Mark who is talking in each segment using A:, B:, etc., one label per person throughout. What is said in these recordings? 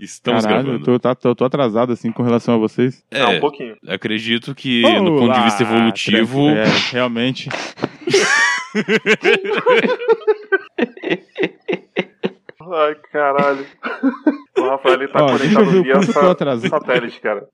A: Estamos
B: Caralho,
A: gravando.
B: Eu tô, tá- eu tô atrasado, assim, com relação a vocês.
A: É,
C: Ah, um pouquinho.
A: acredito que, no ponto de vista
B: Olá,
A: evolutivo,
B: Uh, tranquilo. É, realmente.
C: Tá Ai, caralho. O Rafael ele tá
B: Ó, deixa eu ver
C: conectado
B: o
C: via
B: quanto eu tô
C: sa-
B: atrasado.
C: satélite, cara.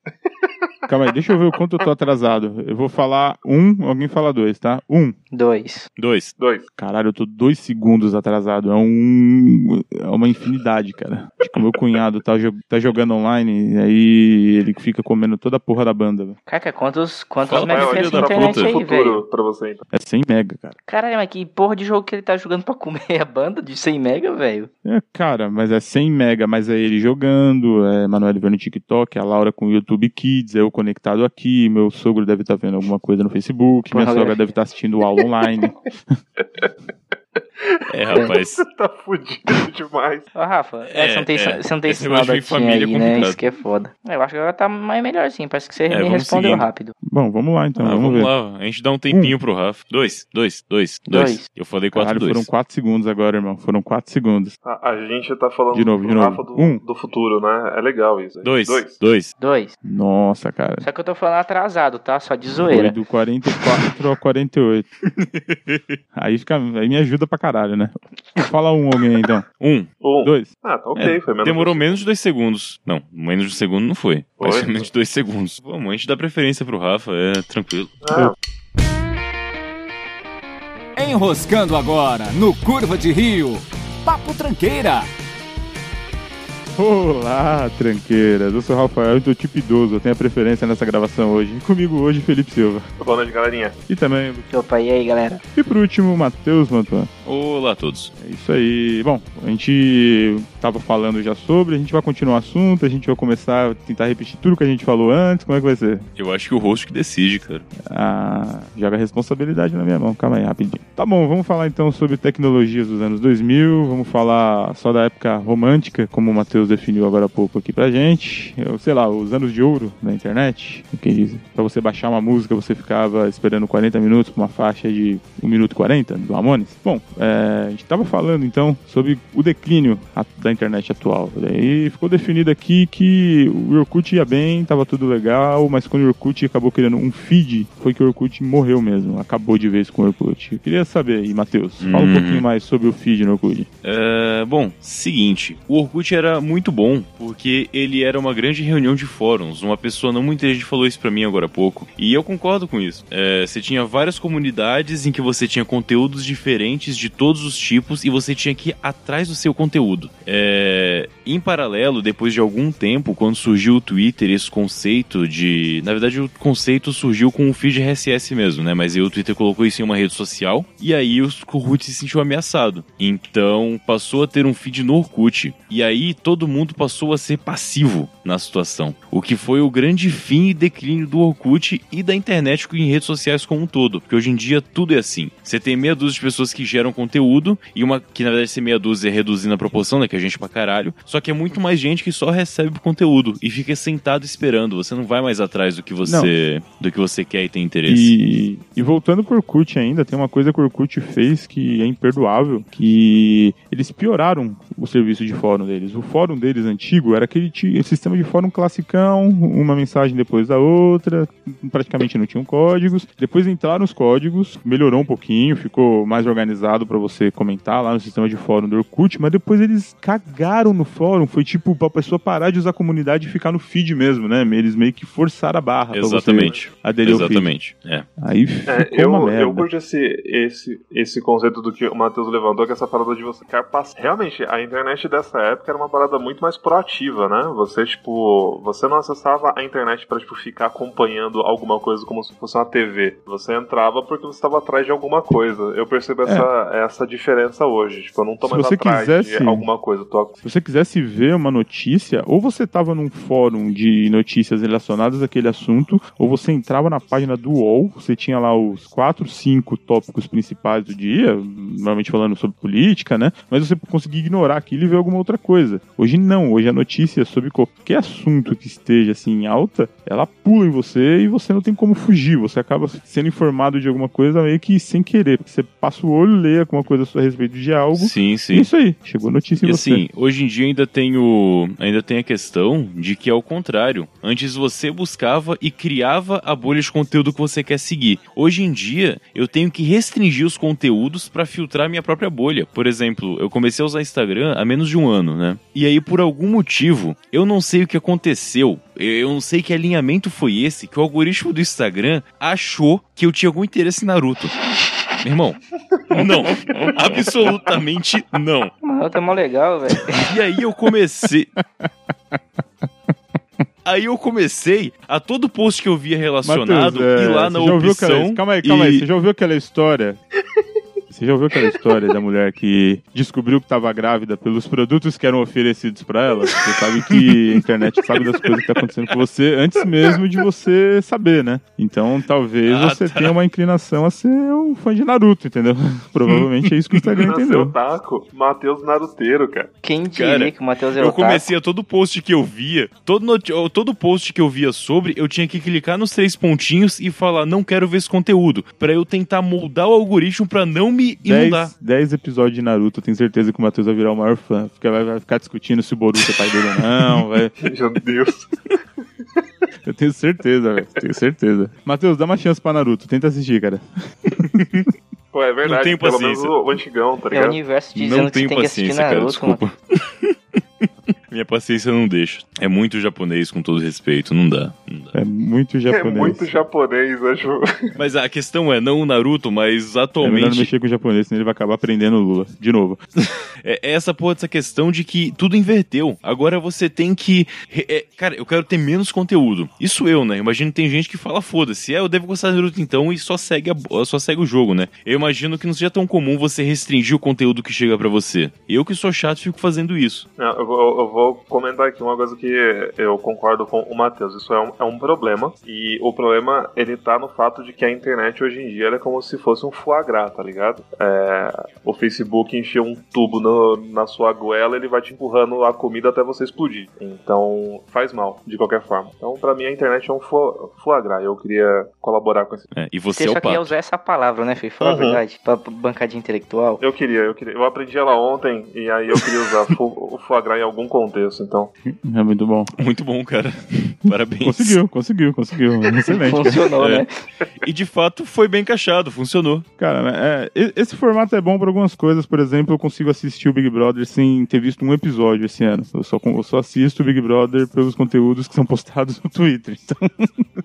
B: Calma aí, deixa eu ver o quanto eu tô atrasado. Eu vou falar um, alguém fala dois, tá? Um.
D: Dois.
A: dois.
C: Dois.
B: Caralho, eu tô dois segundos atrasado. É um. É uma infinidade, cara. Tipo, meu cunhado tá, jo- tá jogando online, aí ele fica comendo toda a porra da banda. velho.
D: Caraca, quantos, quantos
A: Fala,
D: megas
A: vai,
D: tem
A: filho
D: essa
A: da
D: internet é
A: puta.
D: aí, velho?
C: tá futuro pra você, então.
B: É 100 mega, cara.
D: Caralho, mas que porra de jogo que ele tá jogando pra comer a banda de 100 mega, velho?
B: É, cara, mas é 100 mega, mas é ele jogando, é Manoel vendo TikTok, a Laura com o YouTube Kids, eu conectado aqui, meu sogro deve estar vendo alguma coisa no Facebook, minha
D: Pornografia.
B: sogra deve estar assistindo aula online.
A: É, rapaz.
C: Você tá fudido demais.
D: Ó, Rafa,
A: É,
D: você não tem,
A: é.
D: você não tem
A: Esse
D: sinal
A: negócio
D: da
A: de
D: tia
A: família é
D: aí, né?
A: complicado. É,
D: Isso que é foda. Eu acho que agora tá mais melhorzinho, parece que você me
A: vamos
D: respondeu
A: seguindo.
D: rápido.
B: Bom, vamos lá então,
A: Ah, vamos
B: vamos, ver.
A: lá, a gente dá um tempinho pro Rafa. Dois, dois, dois, dois.
D: Dois.
A: Eu falei quatro,
B: Caralho, foram
A: dois.
B: 4 segundos agora, irmão, foram 4 segundos.
C: A, a gente tá falando
B: De novo, de
C: do
B: novo.
C: Rafa do,
B: Um.
C: do futuro, né? É legal isso. aí.
A: Dois,
C: Dois.
A: dois, dois.
D: Dois.
B: Nossa, cara.
D: Só que eu tô falando atrasado, tá? Só de
B: Foi
D: zoeira.
B: do 44 ao 48. aí, fica, aí me ajuda pra caralho, né? Fala um alguém então.
A: Um.
C: Um.
B: Dois.
C: Ah, tá ok,
A: É,
C: foi menos.
A: Demorou menos de dois segundos. Não, menos de um segundo não foi.
C: Foi?
A: Mas foi menos de dois segundos. Vamos, a gente dá preferência pro Rafa, é tranquilo.
C: Ah,
E: Enroscando agora no Curva de Rio. Papo Tranqueira.
B: Olá, tranqueiras! Eu sou o Rafael e do tipo idoso. Eu tenho a preferência nessa gravação hoje. E comigo hoje, Felipe Silva.
C: boa noite, galerinha.
B: E também.
D: Opa, e aí, galera?
B: E por último, Matheus Mantuan.
A: Olá a todos.
B: É isso aí. Bom, a gente tava falando já sobre, a gente vai continuar o assunto, a gente vai começar a tentar repetir tudo que a gente falou antes. Como é que vai ser?
A: Eu acho que o host que decide, cara.
B: Ah, joga a responsabilidade na minha mão, calma aí, rapidinho. Tá bom, vamos falar então sobre tecnologias dos anos 2000, vamos falar só da época romântica, como o Matheus definiu agora há pouco aqui pra gente. Eu sei lá, os anos de ouro da internet, o que dizem. Pra você baixar uma música, você ficava esperando 40 minutos pra uma faixa é de 1 minuto e 40 do Ramones. Bom, é, a gente tava falando então sobre o declínio a- da internet atual. Daí ficou definido aqui que o Orkut ia bem, tava tudo legal, mas quando o Orkut acabou criando um feed, foi que o Orkut morreu mesmo. Acabou de vez com o Orkut. Eu queria saber aí, Matheus, fala um
A: Uhum.
B: pouquinho mais sobre o feed no Orkut.
A: É, bom, seguinte, o Orkut era muito bom porque ele era uma grande reunião de fóruns. Uma pessoa não muita gente falou isso pra mim agora há pouco e eu concordo com isso. É, você tinha várias comunidades em que você tinha conteúdos diferentes de todos os tipos e você tinha que ir atrás do seu conteúdo. É, em paralelo, depois de algum tempo, quando surgiu o Twitter, esse conceito de. Na verdade, o conceito surgiu com o feed RSS mesmo, né? Mas aí o Twitter colocou isso em uma rede social e aí o Orkut se sentiu ameaçado. Então passou a ter um feed no Orkut. E aí todo mundo passou a ser passivo na situação. O que foi o grande fim e declínio do Orkut e da internet em redes sociais como um todo. Porque hoje em dia tudo é assim. Você tem meia dúzia de pessoas que geram conteúdo e uma que na verdade ser meia dúzia é reduzindo a proporção, né? Que é gente pra caralho. Só que é muito mais gente que só recebe o conteúdo e fica sentado esperando. Você não vai mais atrás do que você do que você quer e tem interesse.
B: E, e voltando pro Orkut ainda, tem uma coisa que o Orkut fez que é imperdoável, que eles pioraram o serviço de fórum deles. O fórum deles antigo era aquele ti- sistema de fórum classicão, uma mensagem depois da outra, praticamente não tinham códigos. Depois entraram os códigos, melhorou um pouquinho, ficou mais organizado pra você comentar lá no sistema de fórum do Orkut, mas depois eles cagaram no fórum, foi tipo pra pessoa parar de usar a comunidade e ficar no feed mesmo, né? Eles meio que forçaram a barra Ah, pra você
A: Exatamente.
B: aderir ao feed.
A: Exatamente. É.
B: Aí ficou
C: É, eu,
B: uma merda.
C: eu curto esse, esse, esse conceito do que o Matheus levantou, que é essa parada de você ficar passando. Realmente, a internet dessa época era uma parada muito mais proativa, né? Você, tipo, você não acessava a internet pra, tipo, ficar acompanhando alguma coisa como se fosse uma TV. Você entrava porque você estava atrás de alguma coisa. Eu percebo essa, essa diferença hoje. Tipo, eu não tô
B: É. Se
C: mais
B: você
C: atrás
B: quisesse-
C: de alguma coisa. eu Tô...
B: Se você quisesse ver uma notícia, ou você estava num fórum de notícias relacionadas àquele assunto, ou você entrava na página do UOL, você tinha lá os quatro, cinco tópicos principais do dia, normalmente falando sobre política, né? Mas você conseguia ignorar aquilo e ver alguma outra coisa. Hoje não, hoje a notícia sobre qualquer qualquer assunto que esteja assim em alta, ela pula em você e você não tem como fugir. Você acaba sendo informado de alguma coisa meio que sem querer. Você passa o olho, lê alguma coisa a respeito de algo.
A: Sim,
B: É
A: sim.
B: isso aí. Chegou a notícia em
A: E
B: você.
A: assim, hoje em dia ainda tem, o, ainda tem a questão de que é o contrário. Antes você buscava e criava a bolha de conteúdo que você quer seguir. Hoje em dia, eu tenho que restringir os conteúdos para filtrar minha própria bolha. Por exemplo, eu comecei a usar Instagram há menos de um ano, né? E aí, por algum motivo, eu não sei o que aconteceu. Eu- Eu não sei que alinhamento foi esse que o algoritmo do Instagram achou que eu tinha algum interesse em Naruto. Meu irmão, não. Absolutamente não.
D: Mano, tá mó legal, velho.
A: E aí eu comecei. Aí eu comecei a todo post que eu via relacionado
B: Matheus, é,
A: ir lá na
B: você já ouviu
A: opção.
B: aquela- calma aí, calma
A: e-
B: aí. Você já ouviu aquela história? Você já ouviu aquela história da mulher que descobriu que estava grávida pelos produtos que eram oferecidos para ela? Você sabe que a internet sabe das coisas que tá acontecendo com você antes mesmo de você saber, né? Então talvez
A: Ah,
B: você tenha uma inclinação a ser um fã de Naruto, entendeu? Provavelmente é isso que o Instagram
C: Nasceu
B: entendeu.
C: taco, Matheus Naruteiro, cara.
D: Quem diria
A: Cara,
D: que o Matheus é
A: Eu
D: otaku?
A: comecei a todo post que eu via, todo, noti- ou todo post que eu via sobre, eu tinha que clicar nos três pontinhos e falar, não quero ver esse conteúdo, Pra eu tentar moldar o algoritmo pra não me inundar.
B: 10, 10 episódios de Naruto, eu tenho certeza que o Matheus vai virar o maior fã. Fica- Vai, vai ficar discutindo se o Boruto é pai dele ou não, vai,
C: Meu Deus.
B: Eu tenho certeza, velho. Tenho certeza. Matheus, dá uma chance pra Naruto. Tenta assistir, cara.
C: Pô, é verdade.
A: tenho
C: pelo menos
A: paciência.
C: o antigão, tá
D: É o
C: ligado?
D: universo dizendo
A: Não
D: que você
A: tenho
D: tem que assistir
A: paciência,
D: Naruto, né?
A: cara, desculpa. Minha paciência não deixa. É muito japonês, com todo respeito, não dá. Hum. Não dá.
B: É muito
C: É
B: japonês.
C: muito japonês, acho.
A: Mas a questão é, não o Naruto, mas
B: É melhor não
A: atualmente
B: mexer com o japonês, senão ele vai acabar prendendo o Lula. De novo.
A: É é essa porra dessa questão de que tudo inverteu. Agora você tem que. re- é, cara, eu quero ter menos conteúdo. Isso eu, né? Imagino que tem gente que fala, foda-se, é, eu devo gostar de Naruto então e só segue, a bo- só segue o jogo, né? Eu imagino que não seja tão comum você restringir o conteúdo que chega pra você. Eu que sou chato fico fazendo isso.
C: Não, eu, vou, eu vou comentar aqui uma coisa que eu concordo com o Matheus. Isso é um, é um problema. E o problema, ele tá no fato de que a internet hoje em dia ela é como se fosse um foie gras, tá ligado? É, o Facebook encheu um tubo no- na sua goela, ele vai te empurrando a comida até você explodir. Então, faz mal, de qualquer forma. Então, pra mim, a internet é um fo- foie gras. Eu queria colaborar com esse.
A: né? E
D: Você
A: você é
D: só
A: o
D: queria
A: pato.
D: usar essa palavra, né, Fih? Fala a
C: Uhum.
D: verdade. Pra pra bancar de intelectual.
C: Eu queria, eu queria. Eu aprendi ela ontem, e aí eu queria usar fo- o foie gras em algum contexto, então.
B: É muito bom.
A: Muito bom, cara. Parabéns.
B: Conseguiu, conseguiu, conseguiu. Excelente. cara.
D: Funcionou,
A: É.
D: né?
A: E de fato foi bem encaixado, funcionou.
B: Cara, né, é, e- esse formato é bom pra algumas coisas. Por exemplo, eu consigo assistir o Big Brother sem ter visto um episódio esse ano. Eu só, con- eu só assisto o Big Brother pelos conteúdos que são postados no Twitter.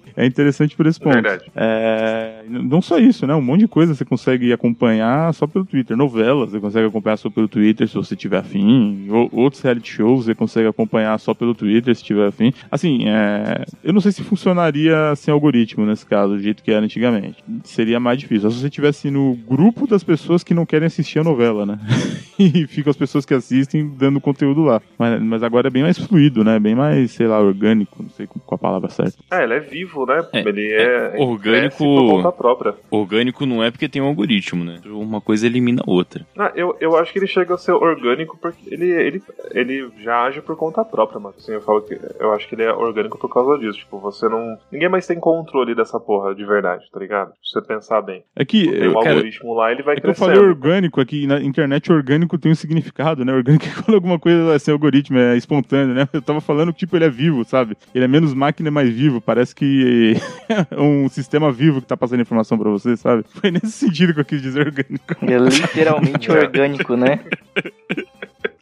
B: Então, é interessante por esse ponto.
C: Verdade.
B: É, n- não só isso, né? Um monte de coisa você consegue acompanhar só pelo Twitter. Novelas você consegue acompanhar só pelo Twitter se você tiver afim. O- Outros reality shows você consegue acompanhar só pelo Twitter se tiver afim. Assim, é, eu não sei se funcionaria sem algoritmo nesse caso, do jeito que era antigamente. Seria mais difícil. Só se você estivesse no grupo das pessoas que não querem assistir a novela, né? e ficam as pessoas que assistem dando conteúdo lá. Mas, mas agora é bem mais fluido, né? Bem mais, sei lá, orgânico. Não sei qual a palavra certa.
C: É, ele é vivo, né?
A: É,
C: ele é,
A: é orgânico.
C: cresce por conta própria.
A: Orgânico não é porque tem um algoritmo, né? Uma coisa elimina a outra.
C: Não, Ah, eu, eu acho que ele chega a ser orgânico porque ele, ele, ele já age por conta própria, mano. Assim, eu falo que eu acho que ele é orgânico por causa disso. Tipo, você não. Ninguém mais tem controle dessa porra de verdade, tá ligado? Se você pensar bem.
B: É que.
C: Tem
B: eu-
C: um
A: cara,
C: algoritmo lá, ele vai
B: É que eu
C: crescendo.
B: falei orgânico aqui, na internet orgânico tem um significado, né? Orgânico é quando alguma coisa assim, algoritmo é espontâneo, né? Eu tava falando que tipo ele é vivo, sabe? Ele é menos máquina, mais vivo. Parece que é um sistema vivo que tá passando informação pra você, sabe? Foi nesse sentido que eu quis dizer orgânico.
D: É literalmente orgânico, né?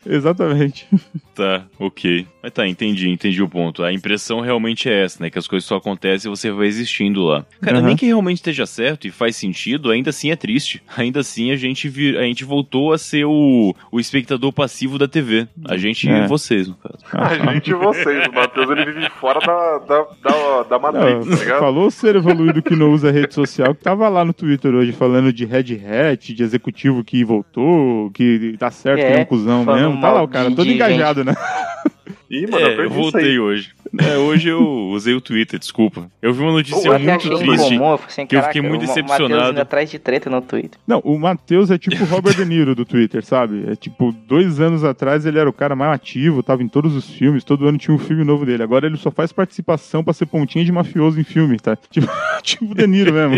B: Exatamente.
A: Tá, ok. Mas tá, entendi, entendi o ponto. A impressão realmente é essa, né? Que as coisas só acontecem e você vai existindo lá. Cara,
B: Aham.
A: nem que realmente esteja certo e faz sentido, ainda assim é triste. Ainda assim a gente, vi- a gente voltou a ser o, o espectador passivo da TV. A gente
B: É.
A: e vocês, no caso.
C: A gente e vocês. O Matheus, ele vive fora da, da, da, da
B: Não,
C: Matrix, tá ligado?
B: falou o ser evoluído que não usa rede social, que tava lá no Twitter hoje falando de Red Hat, de executivo que voltou, que tá certo, que
D: É,
B: ele é um cuzão
D: falando
B: mesmo. Tá lá
D: mal
B: o cara,
D: de-
B: todo
D: de
B: engajado, né?
C: Ih, mano, eu
A: é, eu
C: perdi isso
A: voltei
C: aí.
A: hoje. É, hoje eu usei o Twitter, desculpa. Eu vi uma notícia
D: Eu até
A: muito
D: achei
A: triste.
D: incomum, eu falei assim,
A: que eu
D: caraca,
A: fiquei muito
D: o Ma- Matheus
A: decepcionado.
D: indo atrás de treta no Twitter.
B: Não, o Matheus é tipo o Robert De Niro do Twitter, sabe? É tipo, dois anos atrás ele era o cara mais ativo, tava em todos os filmes, todo ano tinha um filme novo dele. Agora ele só faz participação pra ser pontinha de mafioso em filme, tá? Tipo, tipo o De Niro mesmo,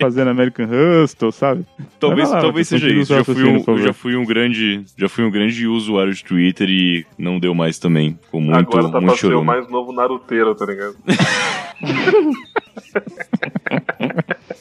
B: fazendo American Hustle, sabe?
A: Talvez,
B: Vai lá,
A: talvez
B: Matheus,
A: seja isso.
B: continua o
A: Já
B: seu
A: fui, um,
B: raciocínio, por
A: eu já
B: favor.
A: fui um grande, já fui um grande usuário de Twitter e não deu mais também. Ficou muito,
C: Agora tá pra
A: muito
C: ser o
A: chorando.
C: mais novo Naruteiro, tá ligado?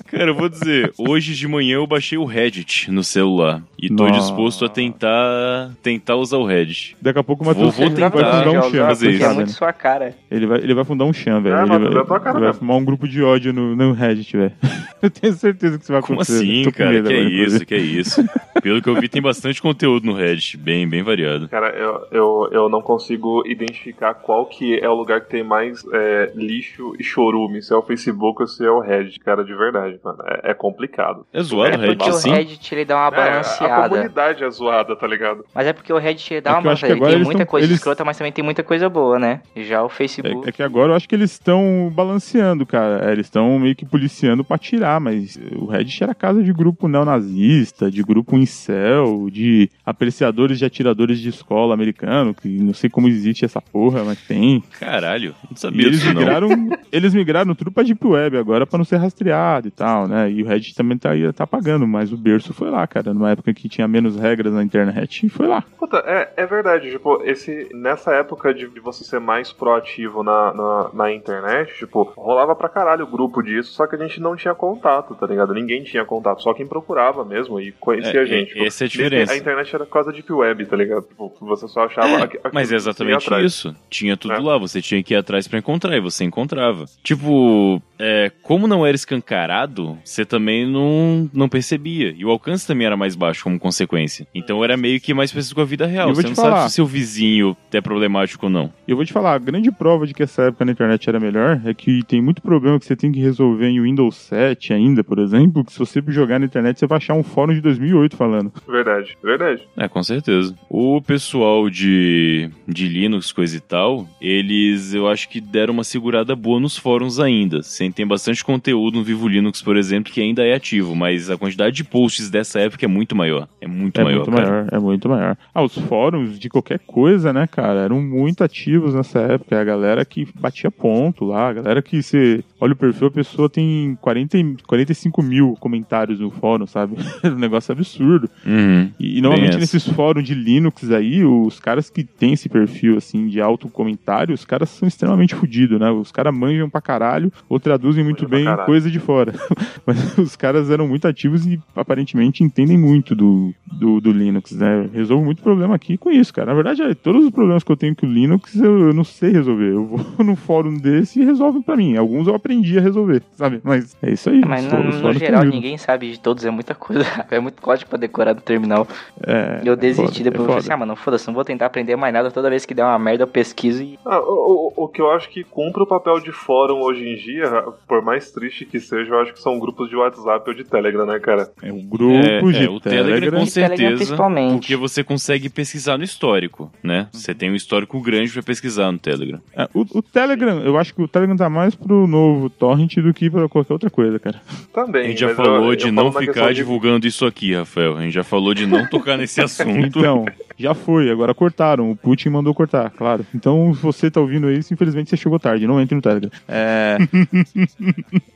A: Cara, eu vou dizer, hoje de manhã eu baixei o Reddit no celular e tô
B: Nossa.
A: disposto a tentar tentar usar o Reddit.
B: Daqui a pouco o
A: Vou-
B: Matheus
A: vou
B: vai
A: tentar
B: fundar
A: já
B: um
D: usar,
B: chan.
A: fazer
D: porque
A: isso.
D: é
B: coitado,
D: muito
B: né?
D: sua cara.
B: Ele vai, ele vai fundar um chan, velho.
C: É,
B: ele
C: Matheus,
B: vai,
C: é tua cara
B: ele vai
C: mesmo.
B: formar um grupo de ódio no, no Reddit, velho. Eu tenho certeza que isso vai
A: Como
B: acontecer.
A: assim,
B: Tô Tá com
A: cara?
B: medo
A: Que é
B: agora, inclusive.
A: isso, que é isso. Pelo que eu vi, tem bastante conteúdo no Reddit, bem, bem variado.
C: Cara, eu, eu, eu não consigo identificar qual que é o lugar que tem mais é, lixo e chorume. Se é o Facebook ou se é o Reddit, cara, de verdade, mano. É, é complicado.
A: É zoado
C: É
A: o
D: Porque
A: Reddit
D: o
A: assim?
D: Reddit ele dá uma
C: É, a
D: balanceada.
C: comunidade é zoada, tá ligado?
D: Mas é porque o Reddit ele dá
B: É que eu
D: uma
B: acho que
D: balanceada. Ele
B: agora
D: tem
B: eles
D: muita
B: tão-
D: coisa
B: eles-
D: escrota, mas também tem muita coisa boa, né? Já o Facebook.
B: É que agora eu acho que eles estão balanceando, cara. É, Eles estão meio que policiando pra tirar, mas o Reddit era casa de grupo neonazista, de grupo incel, de apreciadores de atiradores de escola americano, que não sei como existe essa porra, mas tem.
A: Caralho, não
B: E é
A: sabia
B: eles
A: disso não.
B: migraram, eles migraram tudo pra Deep Web agora pra não ser rastreado e tal, né? E o Reddit também tá, aí, tá pagando, mas o berço foi lá, cara. Numa época que tinha menos regras na internet, e foi lá.
C: Puta, é, é verdade, tipo, esse, nessa época de, de você ser mais proativo na, na, na internet, tipo, rolava pra caralho o grupo disso, só que a gente não tinha contato, tá ligado? Ninguém tinha contato, só quem procurava mesmo e conhecia
A: É,
C: a gente.
A: é-
C: Tipo,
A: essa é a diferença.
C: A internet era quase deep web, tá ligado? Tipo, você só achava...
A: É,
C: aqui- aquilo
A: Mas é
C: que você ia
A: exatamente
C: atrás.
A: isso. Tinha tudo
C: É.
A: lá, você tinha que ir atrás pra encontrar e você encontrava. Tipo, é, como não era escancarado, você também não, não percebia. E o alcance também era mais baixo como consequência. Então era meio que mais parecido com a vida real.
B: Eu vou
A: Você não
B: te falar.
A: sabe se o seu vizinho é problemático ou não.
B: E eu vou te falar, a grande prova de que essa época na internet era melhor é que tem muito problema que você tem que resolver em Windows 7 ainda, por exemplo, que se você jogar na internet, você vai achar um fórum de 2008 falando.
C: Verdade, verdade.
A: É, com certeza. O pessoal de, de Linux, coisa e tal, eles eu acho que deram uma segurada boa nos fóruns ainda. Sim, tem bastante conteúdo no Vivo Linux, por exemplo, que ainda é ativo, mas a quantidade de posts dessa época é muito maior. É muito
B: é
A: maior,
B: muito
A: cara.
B: maior, é muito maior. Ah, os fóruns de qualquer coisa, né, cara, eram muito ativos nessa época. É A galera que batia ponto lá, a galera que você olha o perfil, a pessoa tem 40, e- 45 mil comentários no fórum, sabe? Era um negócio absurdo.
A: Uhum.
B: E, e normalmente
A: essa.
B: nesses fóruns de Linux aí, os caras que têm esse perfil assim de alto comentário, os caras são extremamente fodidos, né? Os caras manjam pra caralho ou traduzem muito
C: Manjam pra
B: bem
C: caralho.
B: coisa de fora. Mas os caras eram muito ativos e aparentemente entendem muito do, do, do Linux, né? Eu Resolvo muito problema aqui com isso, cara. Na verdade, é, todos os problemas que eu tenho com o Linux eu, eu não sei resolver. Eu vou num fórum desse e resolvem pra mim. Alguns eu aprendi a resolver, sabe? Mas é isso aí.
D: Mas
B: os
D: no,
B: fó- os
D: no
B: fóruns que
D: geral,
B: ajudam.
D: ninguém sabe de todos, é muita coisa. É muito código pra decorar no terminal.
B: É,
D: eu
B: é
D: desisti
B: foda,
D: depois.
B: é
D: eu falei
B: foda.
D: assim, ah, mano, foda-se, não vou tentar aprender mais nada. Toda vez que der uma merda, eu pesquiso e.
C: Ah, o, o- o que eu acho que cumpre o papel de fórum hoje em dia, por mais triste que seja, eu acho que são grupos de WhatsApp ou de Telegram, né, cara?
B: É um grupo
A: É,
B: de
A: é, o Telegram
B: né?
A: com
D: de Telegram,
A: certeza,
D: principalmente.
A: porque você consegue pesquisar no histórico, né? Você tem um histórico grande pra pesquisar no Telegram.
B: É, o, o Telegram, eu acho que o Telegram tá mais pro novo torrent do que pra qualquer outra coisa, cara.
C: Também.
A: A gente já
C: mas eu-
A: falou
C: eu
A: de
C: falo
A: não
C: na questão
A: ficar
C: de-
A: divulgando isso aqui, Rafael. A gente já falou de não tocar nesse assunto.
B: Então, já foi, agora cortaram. O Putin mandou cortar, claro. Então, se você tá ouvindo isso, infelizmente você chegou tarde, não entre no Telegram. É.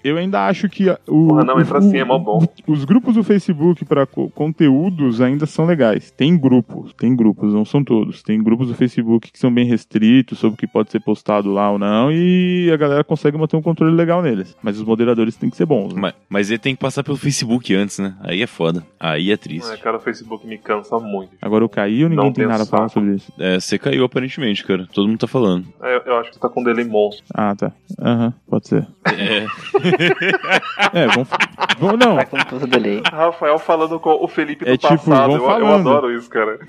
B: eu ainda acho que a- o.
C: Porra, não, entra
B: o-
C: assim, é mó bom.
B: Os grupos do Facebook para conteúdos ainda são legais. Tem grupos, tem grupos, não são todos. Tem grupos do Facebook que são bem restritos sobre o que pode ser postado lá ou não, e a galera consegue manter um controle legal neles. Mas os moderadores têm que ser bons. né?
A: Mas, mas ele tem que passar pelo Facebook antes, né? Aí é foda. Aí é
C: É,
A: triste.
C: cara, o Facebook me cansa muito.
B: Agora eu caí ou ninguém
C: Não
B: tem nada a
C: pensar.
B: falar sobre isso?
A: É, você caiu aparentemente, cara. Todo mundo tá falando.
C: É, Eu, eu acho que tá com um delay monstro.
B: Ah, tá. Aham, pode ser.
A: É,
B: É, vamos. vamos não.
D: Tá com tudo delay.
C: Rafael Ah, falando com o Felipe do
B: É tipo,
C: passado.
B: vão
C: Eu, eu
B: falando.
C: adoro isso, cara.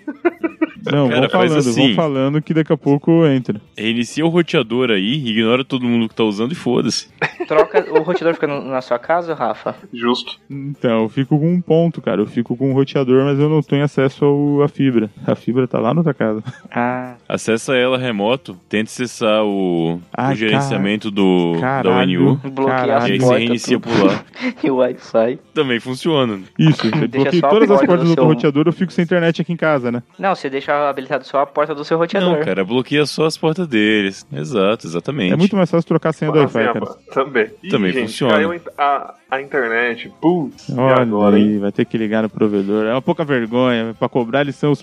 B: Não,
A: Cara,
B: vão
A: faz
B: falando,
A: assim.
B: vão falando que daqui a pouco entra.
A: Reinicia o roteador aí, ignora todo mundo que tá usando e foda-se.
D: Troca, o roteador fica no- na sua casa, Rafa?
C: Justo.
B: Então, eu fico com um ponto, cara. Eu fico com um roteador, mas eu não tenho acesso ao, à fibra. A fibra tá lá na outra casa.
D: Ah,
A: Acessa ela remoto, tenta acessar o,
B: Ai,
A: o gerenciamento do, da
B: Caralho.
A: UNU.
D: bloquear
A: E
D: as
A: aí você
B: Caralho.
D: portas.
A: reinicia
D: tudo.
A: por lá.
D: E o Wi-Fi.
A: Também funciona. né?
B: Isso, você
D: Deixa
B: bloqueia
D: só a
B: todas as
D: porta
B: portas
D: do
B: do
D: seu-
B: roteador, eu fico sem internet aqui em casa, né?
D: Não, você deixa habilitado só a porta do seu
B: É
D: roteador.
A: Não, cara, bloqueia só as portas deles. Exato, exatamente.
B: É muito mais fácil trocar a senha do
C: Mas,
B: Wi-Fi,
C: assim,
B: cara.
C: a- Também. Ih,
A: Também
C: gente,
A: funciona.
C: Caiu a in- a, a internet. Putz, e
B: Olha
C: agora, hein?
B: aí, vai ter que ligar no provedor. É uma pouca vergonha, pra cobrar eles são os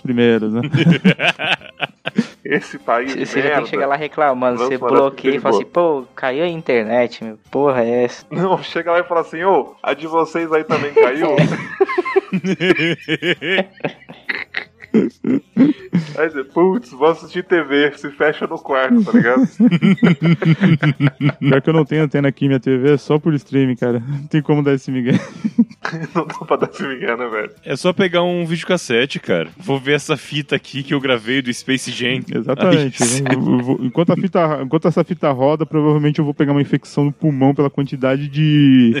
B: primeiros, né?
C: Esse país
D: Você você já tem
C: merda.
D: que chegar lá reclamando,
C: Vamos
D: você
C: falar
D: bloqueia
C: de
D: e fala assim, pô, caiu a internet, meu, porra é essa?
C: Não, chega lá e fala assim, ô, a de vocês aí também caiu? aí você, putz, vou assistir TV, se fecha no quarto, tá ligado?
B: Pior que eu não tenho antena aqui, minha TV é só por streaming, cara. Não tem como dar esse migué.
C: Não dá pra dar se migué, né, velho?
A: É só pegar um videocassete, cara. Vou ver essa fita aqui que eu gravei do Space Jam.
B: Exatamente.
A: Aí-
B: Eu vou- eu vou- enquanto, a fita, enquanto essa fita roda, provavelmente eu vou pegar uma infecção no pulmão pela quantidade de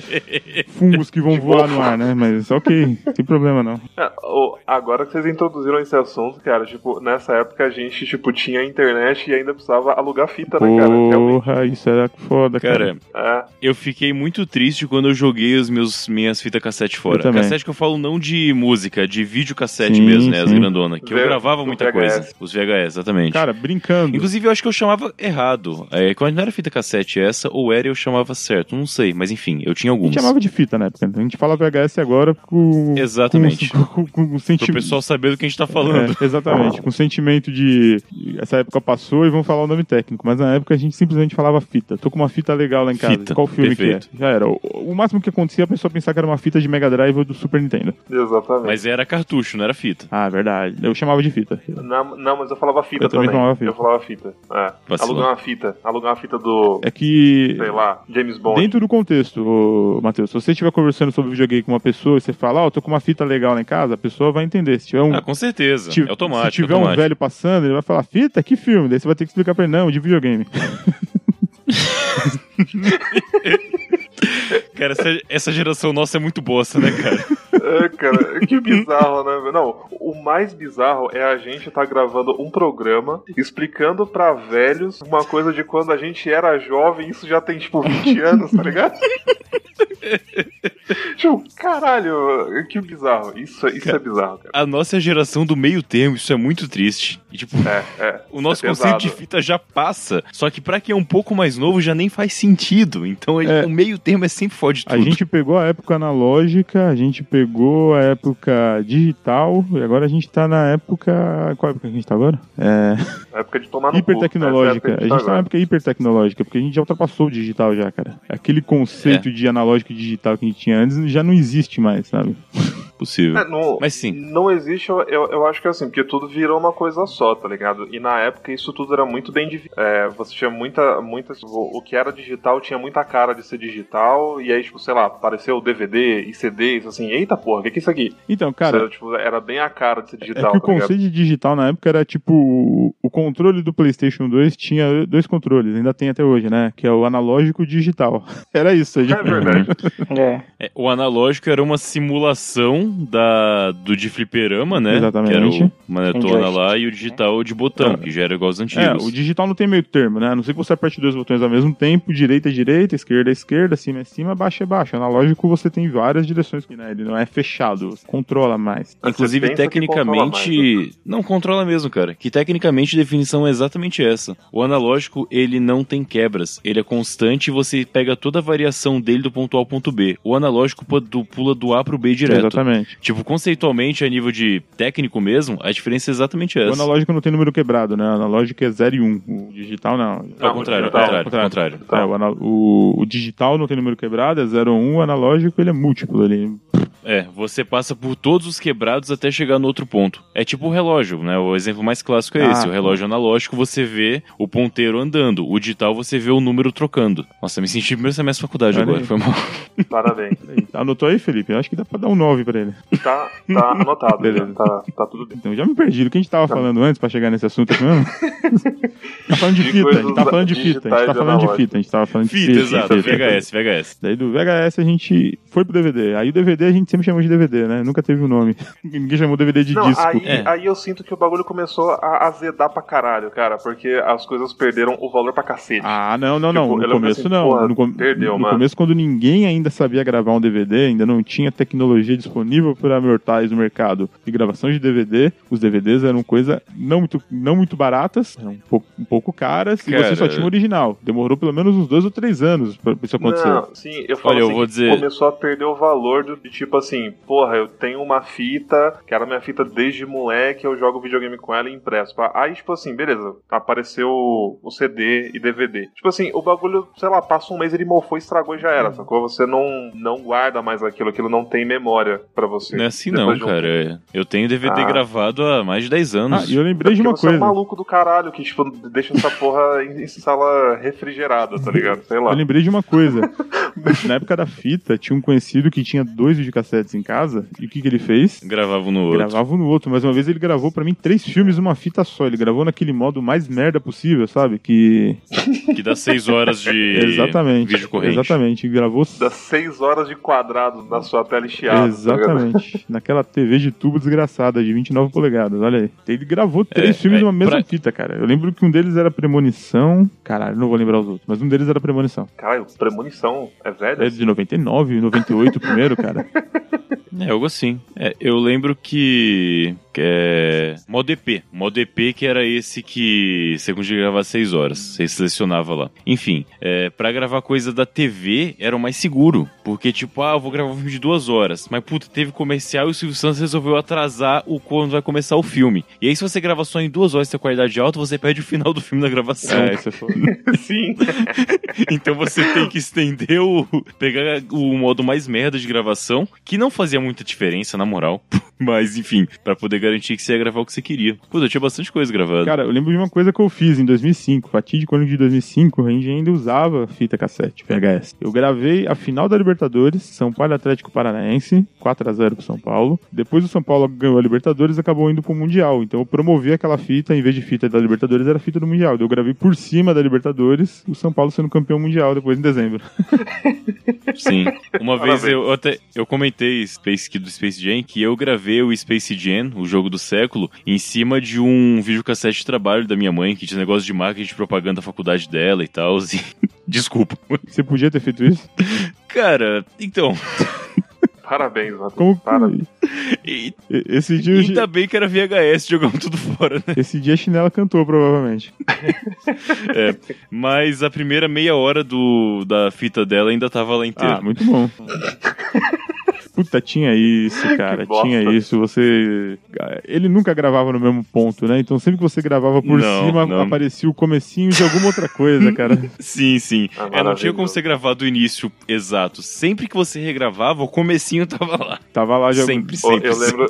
B: fungos que vão voar no ar, né? Mas ok, não tem problema não.
C: Ah, ô, Agora que vocês introduziram esse assunto, cara, tipo, nessa época a gente, tipo, tinha internet e ainda precisava alugar fita, né, cara? Realmente,
B: Porra, isso era foda, cara.
A: Cara,
C: é.
A: eu fiquei muito triste quando eu joguei os meus, minhas fitas cassete
B: Eu
A: fora.
B: também.
A: Cassete que eu falo não de música, de videocassete
B: Sim,
A: mesmo, né? As
B: sim.
A: grandona. Que eu
C: V-
A: gravava
C: o
A: muita
C: VHS.
A: coisa. Os VHS, exatamente.
B: Cara, brincando.
A: Inclusive, eu acho que eu chamava errado. É, quando não era fita cassete essa, ou era eu chamava certo. Não sei, mas enfim, eu tinha
B: A gente
A: algumas.
B: chamava de fita na época. né? A gente fala VHS agora com.
A: Exatamente.
B: Com, com, com, com
A: Pro
B: sentimento.
A: pessoal saber do que a gente tá falando.
B: É, exatamente, com o sentimento de essa época passou e vão falar o nome técnico, mas na época a gente simplesmente falava fita. Tô com uma fita legal lá em casa.
A: Fita,
B: Qual filme
A: perfeito.
B: que é? Já era. O, o máximo que acontecia a pessoa pensar que era uma fita de Mega Drive ou do Super Nintendo. É.
C: Exatamente.
A: Mas era cartucho, não era fita.
B: Ah, verdade. Eu chamava de fita.
C: Não, não, mas eu falava fita
B: Eu também falava fita.
C: Eu falava fita. É.
A: Vacilão.
C: Alugar uma fita. Alugar uma fita do,
B: É que
C: sei lá, James Bond.
B: Dentro do contexto, ô, Matheus, se você estiver conversando sobre videogame com uma pessoa e você falar, ó, tô com uma fita legal lá em casa, a pessoa vai entender. Se tiver um,
A: Ah, com certeza.
B: ti-
A: é automático.
B: se tiver um
A: automático.
B: velho passando, ele vai falar, fita, que filme? Daí você vai ter que explicar pra ele, não, de videogame.
A: Cara, essa, essa geração nossa é muito bosta, né, cara?
C: É, cara, que bizarro, né? Não, o mais bizarro é a gente tá gravando um programa explicando pra velhos uma coisa de quando a gente era jovem, isso já tem tipo 20 anos, tá ligado? tipo, caralho, que bizarro. Isso, isso é bizarro, cara.
A: A nossa é a geração do meio termo, isso é muito triste. E, tipo,
C: É, é.
A: o nosso
C: é
A: conceito
C: pesado.
A: de fita já passa. Só que pra quem é um pouco mais novo, já nem faz sentido. Então ele-
B: É.
A: o meio termo é sempre fode tudo.
B: A gente pegou a época analógica, a gente pegou a época digital, e agora a gente tá na época. Qual época que a gente tá agora? É.
C: Época de tomar Tá no cu.
B: Hipertecnológica.
C: Essa
B: A gente
C: é época
B: tá na
C: agora.
B: época hipertecnológica, porque a gente já ultrapassou o digital já, cara. Aquele
C: É.
B: conceito de analógico e digital que a gente tinha antes já não existe mais, sabe?
A: possível.
C: É, não-
A: Mas sim.
C: Não existe, eu, eu, eu acho que é assim, porque tudo virou uma coisa só, tá ligado? E na época isso tudo era muito bem dividido. É, você tinha muita, muita. O o que era digital tinha muita cara de ser digital, e aí, tipo, sei lá, apareceu DVD e CD, isso assim, eita porra, o que, que é isso aqui?
B: Então, cara,
C: Isso era, tipo, era bem a cara de ser digital,
B: É que o
C: tá ligado?
B: conceito de digital na época era tipo. o- O controle do PlayStation 2 tinha dois controles, ainda tem até hoje, né? Que é o analógico e o digital. Era isso.
C: É verdade.
B: Uhum.
D: É.
A: É, o analógico era uma simulação da, do de fliperama, né?
B: Exatamente.
A: Que era o manetona
D: Joystick,
A: lá e o digital de botão,
B: É.
A: que já era igual aos antigos.
B: É, o digital não tem meio termo, né? A não ser que você aperte dois botões ao mesmo tempo, direita é direita, esquerda é esquerda, cima é cima, baixo é baixo. Analógico você tem várias direções, né? Ele não é fechado, você controla mais.
C: Você
A: Inclusive,
C: pensa que controla né?
A: tecnicamente. Não, controla mesmo, cara. Que tecnicamente a definição é exatamente essa. O analógico, ele não tem quebras. Ele é constante e você pega toda a variação dele do ponto A ao ponto B. O analógico pula do, pula do A pro B direto.
B: Exatamente.
A: Tipo, conceitualmente, a nível de técnico mesmo, a diferença é exatamente essa.
B: O analógico não tem número quebrado, né? O analógico é 0 e 1. O digital não.
A: Ao
C: Não,
A: contrário, ao
C: digital,
A: contrário, ao contrário.
B: um. É, o, ana- o- o digital não tem número quebrado, é 0 1, o analógico ele é múltiplo, ele
A: É, você passa por todos os quebrados até chegar no outro ponto. É tipo o relógio, né? O exemplo mais clássico é
B: Ah.
A: esse. O relógio analógico você vê o ponteiro andando, o digital você vê o número trocando. Nossa, me senti no primeiro semestre da faculdade
B: Olha
A: agora,
B: aí.
A: foi mal.
C: Parabéns.
B: tá, Anotou aí, Felipe? Eu acho que dá pra dar um 9 pra ele.
C: Tá, tá anotado,
B: Beleza.
C: já. tá, tá tudo bem.
B: Então já me perdi. O que a gente tava
C: Tá.
B: falando antes pra chegar nesse assunto aqui mesmo? tá falando de
C: De
B: fita, a gente
C: coisas
B: tá falando de fita, a gente tá falando
C: digitais
B: de
C: analógicas.
B: fita, a gente tava falando de
A: Fita,
B: fita.
A: exato.
B: fita, fita.
A: VHS, VHS.
B: Daí do VHS a gente foi pro DVD. Aí o DVD a gente sempre chamou de DVD, né? Nunca teve o nome. Ninguém chamou DVD de
C: Não,
B: disco.
C: aí,
A: É.
C: aí eu sinto que o bagulho começou a azedar pra caralho, cara, porque as coisas perderam o valor pra cacete.
B: Ah, não, não, não.
C: Tipo, eu
B: no
C: lembro
B: começo
C: assim,
B: não.
C: porra,
B: no com-
C: perdeu,
B: no
C: mano.
B: começo, quando ninguém ainda sabia gravar um DVD, ainda não tinha tecnologia disponível para mortais no mercado de gravação de DVD, os DVDs eram coisa não muito, não muito baratas, eram um pouco, um pouco caras, e
A: Cara.
B: você só tinha o original. Demorou pelo menos uns dois ou três anos pra isso acontecer.
C: Não, sim, eu falo
A: Olha, eu
C: assim,
A: vou
C: que
A: dizer-
C: começou a perder o valor do de tipo assim, porra, eu tenho uma fita, que era minha fita desde moleque, eu jogo videogame com ela e impresso. pá. Aí, tipo assim, beleza, apareceu o o CD e DVD. Tipo assim, o bagulho, sei lá, passa um mês, ele mofou, estragou e já era, sacou? Você não, não guarda mais aquilo, aquilo não tem memória pra você.
B: Né?
A: Não é assim
C: Depois
A: não,
C: de um
A: cara. É, Eu tenho DVD
C: Ah.
A: gravado há mais de 10 anos.
B: Ah, e eu lembrei de
C: Porque
B: uma
C: você é um
B: coisa.
C: maluco do caralho que, tipo, deixa essa porra em, em sala refrigerada, tá ligado? Sei lá.
B: Eu lembrei de uma coisa. Na época da fita, tinha um conhecido que tinha dois videocassetes em casa. E o que, que ele fez?
A: Gravava um no outro.
B: Gravava um no outro, mas uma vez ele gravou pra mim três filmes numa fita só. Ele gravou naquele modo mais merda possível, sabe? Que.
A: Que dá 6 horas de
B: Exatamente.
A: vídeo corrente.
B: Exatamente. Gravou.
C: Das seis horas de quadrado na sua tela encheada. tá
B: Exatamente. Naquela TV de tubo desgraçada de 29 polegadas, olha aí. Ele gravou três
A: É,
B: filmes
A: é,
B: numa mesma
A: pra-
B: fita, cara. Eu lembro que um deles era Premonição. Caralho, não vou lembrar os outros, mas um deles era Premonição.
C: Caralho, premonição é velho?
B: É de 99, 98 o primeiro, cara.
A: É, algo assim. É, eu lembro que. que é. MoDP. MoDP que era esse que você conseguia gravar 6 horas. Você selecionava lá. Enfim, é, pra gravar coisa da TV era o mais seguro. Porque, tipo, ah, eu vou gravar um filme de duas horas. Mas, puta, teve comercial e o Silvio Santos resolveu atrasar o quando vai começar o filme. E aí, se você grava só em duas horas e tem qualidade alta, você perde o final do filme da gravação.
B: É, isso é foda.
C: Sim.
A: Então você tem que estender o. pegar o modo mais merda de gravação, que não fazia muita diferença, na moral. Mas enfim, pra poder garantir que você ia gravar o que você queria. Puta, eu tinha bastante coisa gravada.
B: Cara, eu lembro de uma coisa que eu fiz em 2005, fatídico ano de 2005, a gente ainda usava fita cassete, VHS. Eu gravei a final da Libertadores, São Paulo e Atlético Paranaense, 4 a 0 pro São Paulo. Depois o São Paulo ganhou a Libertadores, acabou indo pro Mundial. Então eu promovi aquela fita, em vez de fita da Libertadores, era fita do Mundial. Eu gravei por cima da Libertadores, o São Paulo sendo campeão mundial depois em dezembro.
A: Sim. Uma vez
C: Parabéns.
A: eu até eu comentei Space Kid do Space Jam que eu gravei o Space Jam, o jogo do século, em cima de um videocassete de trabalho da minha mãe, que tinha negócio de marketing de propaganda da faculdade dela e tal. assim. Desculpa.
B: Você podia ter feito isso?
A: Cara, então.
C: Parabéns, Matheus.
B: Como
C: Parabéns.
B: que...
A: e-
B: E- Esse dia,
A: Ainda bem que era VHS, jogavam tudo fora, né?
B: esse dia a chinela cantou, provavelmente.
A: Mas a primeira meia hora do, da fita dela ainda tava lá inteira.
B: Ah, muito bom. Puta, tinha isso, cara.
C: Que bosta.
B: Tinha isso. Você. ah, Ele nunca gravava no mesmo ponto, né? Então sempre que você gravava por
A: Não,
B: cima,
A: não.
B: aparecia o comecinho de alguma outra coisa, cara.
A: sim, sim.
C: Ah,
A: é, não tinha
C: maravilhoso.
A: como você gravar do início exato. Sempre que você regravava, o comecinho tava lá.
B: Tava lá já.
A: Sempre,
C: Pô,
A: sempre.
C: eu lembro,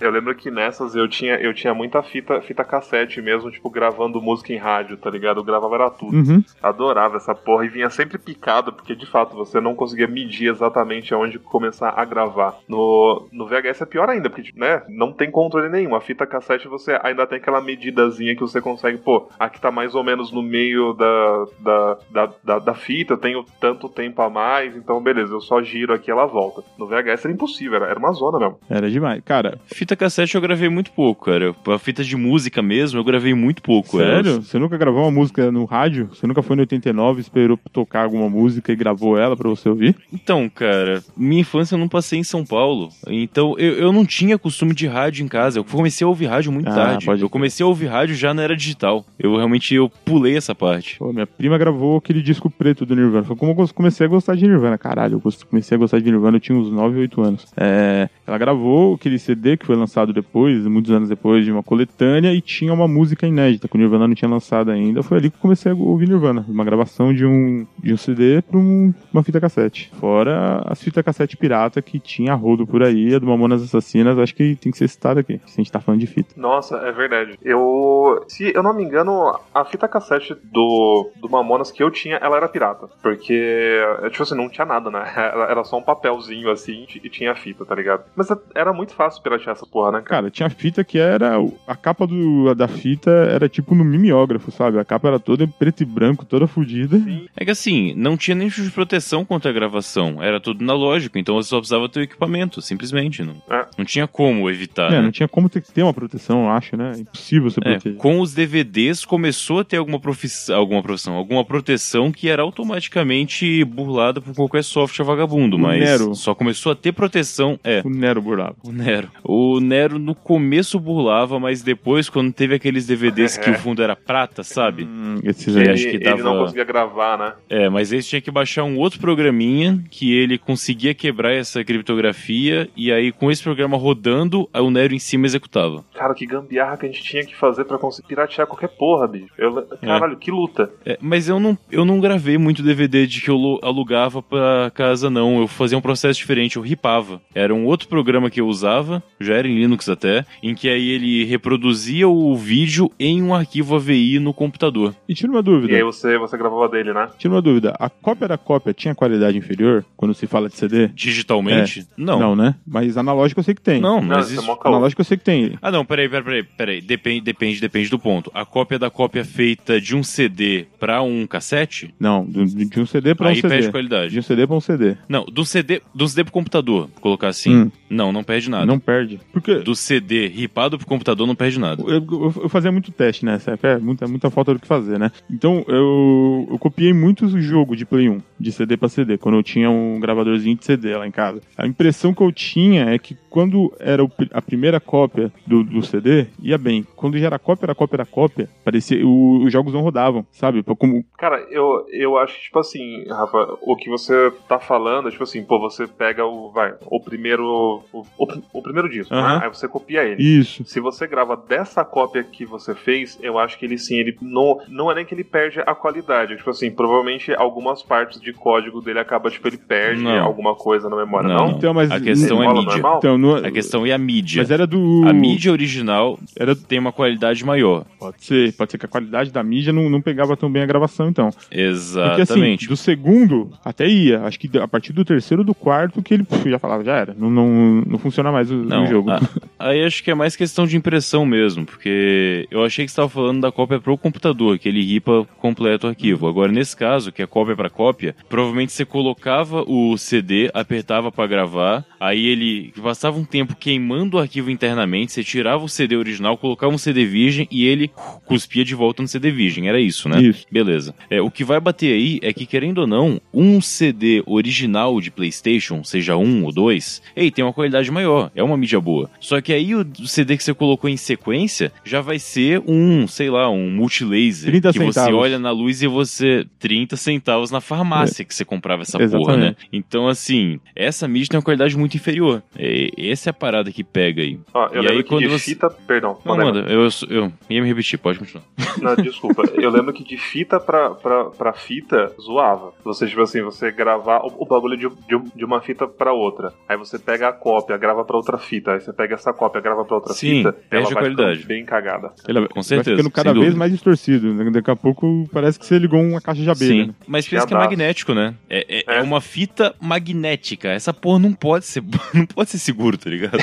C: eu lembro que nessas eu tinha, eu tinha muita fita, fita cassete mesmo, tipo, gravando música em rádio, tá ligado? Eu gravava era tudo.
B: Uhum.
C: Adorava essa porra e vinha sempre picado, porque de fato você não conseguia medir exatamente aonde começar a gravar. No, no VHS é pior ainda, porque, tipo, né, não tem controle nenhum. A fita cassete você ainda tem aquela medidazinha que você consegue, pô, aqui tá mais ou menos no meio da, da, da, da, da fita, eu tenho tanto tempo a mais, então beleza, eu só giro aqui e ela volta. No VHS era impossível, era, era uma zona mesmo.
B: Era demais. Cara,
A: Fita cassete eu gravei muito pouco, cara. A fita de música mesmo, eu gravei muito pouco. é.
B: sério? Você nunca gravou uma música no rádio? Você nunca foi no 89, esperou tocar alguma música e gravou ela pra você ouvir?
A: Então, cara, minha infância eu não passei em São Paulo. Então, eu, eu não tinha costume de rádio em casa. Eu comecei a ouvir rádio muito
B: Ah,
A: tarde.
B: pode
A: Eu
B: crer.
A: comecei a ouvir rádio já na era digital. Eu realmente eu pulei essa parte.
B: Pô, minha prima gravou aquele disco preto do Nirvana. Foi como eu gos- comecei a gostar de Nirvana. Caralho, eu gos- comecei a gostar de Nirvana, eu tinha uns 9, 8 anos. É, ela gravou aquele CD que foi lançado depois, muitos anos depois, de uma coletânea e tinha uma música inédita que o Nirvana não tinha lançado ainda. Foi ali que eu comecei a ouvir Nirvana, uma gravação de um, de um CD para uma fita cassete. Fora as fitas cassete pirata que tinha a rodo por aí, a do Mamonas Assassinas, acho que tem que ser citada aqui, se a gente tá falando de fita.
C: Nossa, é verdade. Eu. Se eu não me engano, a fita cassete do, do Mamonas que eu tinha, ela era pirata. Porque, é, tipo assim, não tinha nada, né? Era, era só um papelzinho assim e tinha a fita, tá ligado? Mas é- era muito fácil piratear essa porra, né, cara?
B: Cara, tinha fita que era. o- A capa do, da fita era tipo no mimeógrafo, sabe? A capa era toda em preto e branco, toda fodida.
A: É que assim, não tinha nem de proteção contra a gravação, era tudo analógico, então você só precisava ter o equipamento, simplesmente. Não,
C: É.
A: não tinha como evitar.
B: É,
A: né?
B: não tinha como ter que ter uma proteção, eu acho, né? É Impossível você
A: É,
B: proteger.
A: com os DVDs começou a ter alguma profissão, alguma profissão, alguma proteção que era automaticamente burlada por qualquer software vagabundo,
B: O
A: mas
B: Nero.
A: só começou a ter proteção, é,
B: O Nero burlava.
A: o Nero. O Nero no começo burlava, mas depois quando teve aqueles DVDs que o fundo era prata, sabe?
B: Hum, esses
A: Que
B: aí.
C: ele,
A: acho que
C: ele
A: dava-
C: não conseguia gravar, né?
A: É, mas esse tinha que baixar um outro programinha que ele conseguia quebrar essa criptografia e aí com esse programa rodando, aí o Nero em cima executava.
C: Cara, que gambiarra que a gente tinha que fazer pra conseguir piratear qualquer porra, bicho. Eu- caralho, que luta.
A: É, mas eu não, eu não gravei muito DVD de que eu lo- alugava pra casa, não. Eu fazia um processo diferente, eu ripava. Era um outro programa que eu usava, já era em Linux até, em que aí ele reproduzia o vídeo em um arquivo AVI no computador.
B: E tira uma
C: E aí
B: dúvida.
C: você, você gravava dele, né?
B: Tira uma dúvida. A cópia da cópia tinha qualidade inferior quando se fala de CD?
A: Digitalmente? Não. Não,
B: Não, né? Mas analógico eu sei que tem.
C: Não,
A: mas
C: isso é
A: isso...
C: mó caô.
B: Analógico eu sei que tem.
A: Ah, não, peraí, peraí, peraí, peraí. Depende, depende, depende do ponto. A cópia da cópia feita de um CD pra um cassete,
B: Não, de, de um CD pra um
A: aí perde
B: CD. De
A: qualidade.
B: um CD pra um CD.
A: Não, do CD, do CD pro computador, vou colocar assim.
B: Hum.
A: Não, não perde nada.
B: Não perde. Porque
A: do CD ripado pro computador não perde nada.
B: Eu, eu- eu fazia muito teste nessa época, é muita, muita falta do que fazer, né? Então eu, eu copiei muito o jogo de Play 1, de CD pra CD, quando eu tinha um gravadorzinho de CD lá em casa. A impressão que eu tinha é que quando era o pri- a primeira cópia do, do CD, ia bem. Quando já era cópia, era cópia, era cópia, parecia. o- os jogos não rodavam, sabe? Pra Como,
C: Cara, eu, eu acho, tipo assim, Rafa, o que você tá falando, é tipo assim, pô, você pega o, vai, o primeiro, o, o, pr- o primeiro disco,
B: Aham.
C: né? aí você copia ele.
B: isso.
C: Se você grava dessa cópia que você fez, eu acho que ele sim, ele não, não é nem que ele perde a qualidade. Tipo assim, provavelmente algumas partes de código dele acaba, tipo, ele perde
A: Não.
C: alguma coisa na memória,
A: Não,
C: não?
A: não.
B: Então, mas
A: A questão é
C: Rola
A: mídia.
C: normal?
B: Então, não,
A: A questão é a mídia.
B: mas era do.
A: A mídia original
B: Era-
A: tem uma qualidade maior.
B: Pode ser, pode ser que a qualidade da mídia não, não pegava tão bem a gravação, então. Porque assim,
A: Exatamente.
B: do segundo até ia. Acho que a partir do terceiro, do quarto, que ele puf, já falava, já era. Não, não, não ah, funciona mais o,
A: não,
B: o jogo.
A: a- aí acho que é mais questão de impressão mesmo, porque eu achei que você estava falando da cópia pro computador, que ele ripa completo o arquivo. Agora, nesse caso, que é cópia para cópia, provavelmente você colocava o CD, apertava para gravar, aí ele passava um tempo queimando o arquivo internamente, você tirava o CD original, colocava um CD virgem e ele cuspia de volta no CD virgem. Era isso, né?
B: Isso.
A: Beleza. É, o que vai bater aí é que, querendo ou não, um CD original de PlayStation, seja um ou dois, ei, tem uma qualidade maior, é uma mídia boa. Só que aí o CD que você colocou em sequência já vai ser um, sei lá, um multilaser.
B: 30
A: que você
B: centavos.
A: olha na luz e você. 30 centavos na farmácia que você comprava essa porra,
B: É. Exatamente.
A: né? Então, assim, essa mídia tem uma qualidade muito inferior. É, essa é a parada que pega aí.
C: Ó, eu
A: E
C: lembro
A: aí,
C: que
A: quando
C: de
A: você-
C: fita. Perdão,
A: Não,
C: manda aí,
A: manda, eu, eu, eu ia me repetir, pode continuar.
C: Não, desculpa. Eu lembro que de fita pra, pra, pra fita, zoava. Você, tipo assim, você gravar o, o bagulho de, de, um- de uma fita pra outra. Aí você pega a cópia, grava pra outra fita. Aí você pega essa cópia, grava pra outra
A: Sim,
C: fita.
A: perde
C: ela
A: a
C: vai
A: qualidade.
C: ficando bem cagada.
B: Ele
A: Com certeza,
B: Vai ficando cada
A: sem
B: vez
A: dúvida.
B: mais distorcido. né? Daqui a pouco parece que você ligou uma caixa de abelha.
A: Sim,
B: né?
A: mas pensa que é
C: Abraço.
A: magnético, né? É, é-
C: É.
A: é uma fita magnética. Essa porra não pode ser, não pode ser seguro, tá ligado?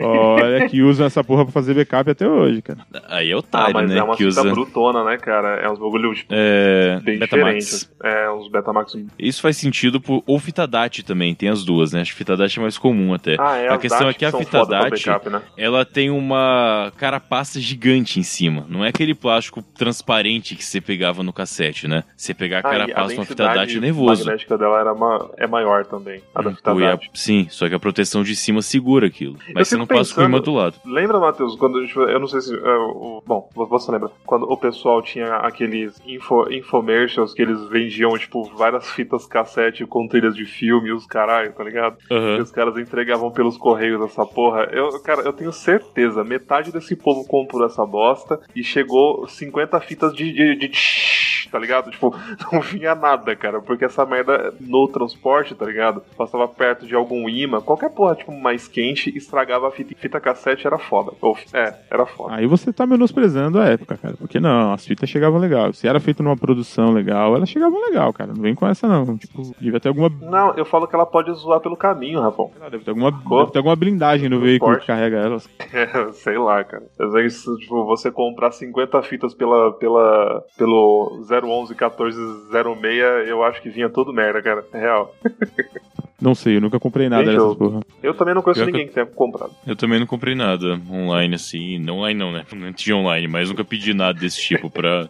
B: Olha que usam essa porra pra fazer backup até hoje, cara.
A: Aí é
C: Ah,
A: otário,
C: mas
A: né?
C: é uma
A: que
C: fita
A: usa
C: brutona, né, cara? É uns bagulhos tipo,
A: é,
C: bem
A: Betamax.
C: diferentes. É, uns Betamax.
A: Isso faz sentido por ou fita DAT também, tem as duas, né? Acho que fita DAT é mais comum até.
C: Ah, é,
A: A
C: as
A: questão
C: DAT
A: é que a
C: são
A: fita
C: foda pra
A: DAT
C: backup, né?
A: Ela tem uma carapaça gigante em cima. Não é aquele plástico transparente que você pegava no cassete, né? Você pegar a
C: Ah, e
A: carapaça de uma fita
C: densidade
A: DAT é nervoso. Hum,
C: magnética dela era ma- é maior também. A da fita
A: Pô, e a-
C: DAT.
A: sim, só que a a proteção de cima segura aquilo. Mas você
C: fico
A: não passa com a irmã
C: pensando-
A: do lado.
C: Lembra, Matheus, quando. tipo, eu não sei se. é, o- bom, vo- você lembra. Quando o pessoal tinha aqueles info, infomercials que eles vendiam, tipo, várias fitas cassete com trilhas de filme e os caralho, tá ligado? E
A: Aham.
C: os caras entregavam pelos correios essa porra. Eu, cara, eu tenho certeza, metade desse povo comprou essa bosta e chegou 50 fitas de. de, de tsh, tá ligado? Tipo, não vinha nada, cara, porque essa merda no transporte, tá ligado? Passava perto de algum imã, qualquer porra, tipo, mais quente, estragava a fita. Fita cassete era foda. Ou, é, era foda.
B: Aí você tá menosprezando a época, cara. Porque não, as fitas chegavam legal. Se era feito numa produção legal, elas chegavam legal, cara. Não vem com essa, não. Tipo, devia ter alguma. sei
C: Não, eu falo que ela pode zoar pelo caminho, Rafão.
B: lá, Deve ter alguma, deve ter alguma blindagem no
C: Transporte.
B: veículo que carrega elas.
C: É, sei lá, cara. Às vezes, tipo, você comprar 50 fitas pela, pela, pelo 011 1406, eu acho que vinha tudo merda, cara. É real.
B: Não sei, eu nunca comprei nada
C: Bem
B: dessas
C: jogo.
B: porra.
C: Eu também não conheço
A: Pior que
C: ninguém que tenha comprado.
A: Eu também não comprei nada online assim. Não online não, né? Não tinha online, mas nunca pedi nada desse tipo pra.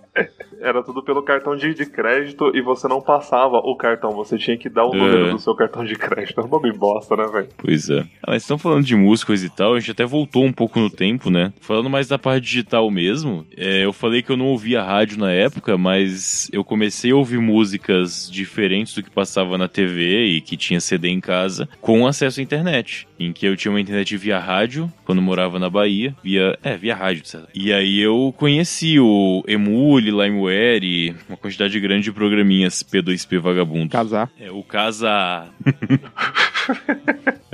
C: Era tudo pelo cartão de, de crédito e você não passava o cartão, você tinha que dar o
A: É.
C: número do seu cartão de crédito. É um bagulho bosta, né, velho?
A: Pois é. Ah, mas estão falando de música coisa e tal, a gente até voltou um pouco no tempo, né? Falando mais da parte digital mesmo, é, eu falei que eu não ouvia rádio na época, mas eu comecei a ouvir músicas diferentes do que passava na TV e que tinha CD em casa, com acesso à internet. Em que eu tinha uma internet via rádio, quando morava na Bahia, via. É, via rádio, certo? E aí eu conheci o Emule, Limeware, uma quantidade grande de programinhas P2P vagabundos.
B: Casar.
A: É, o Casa.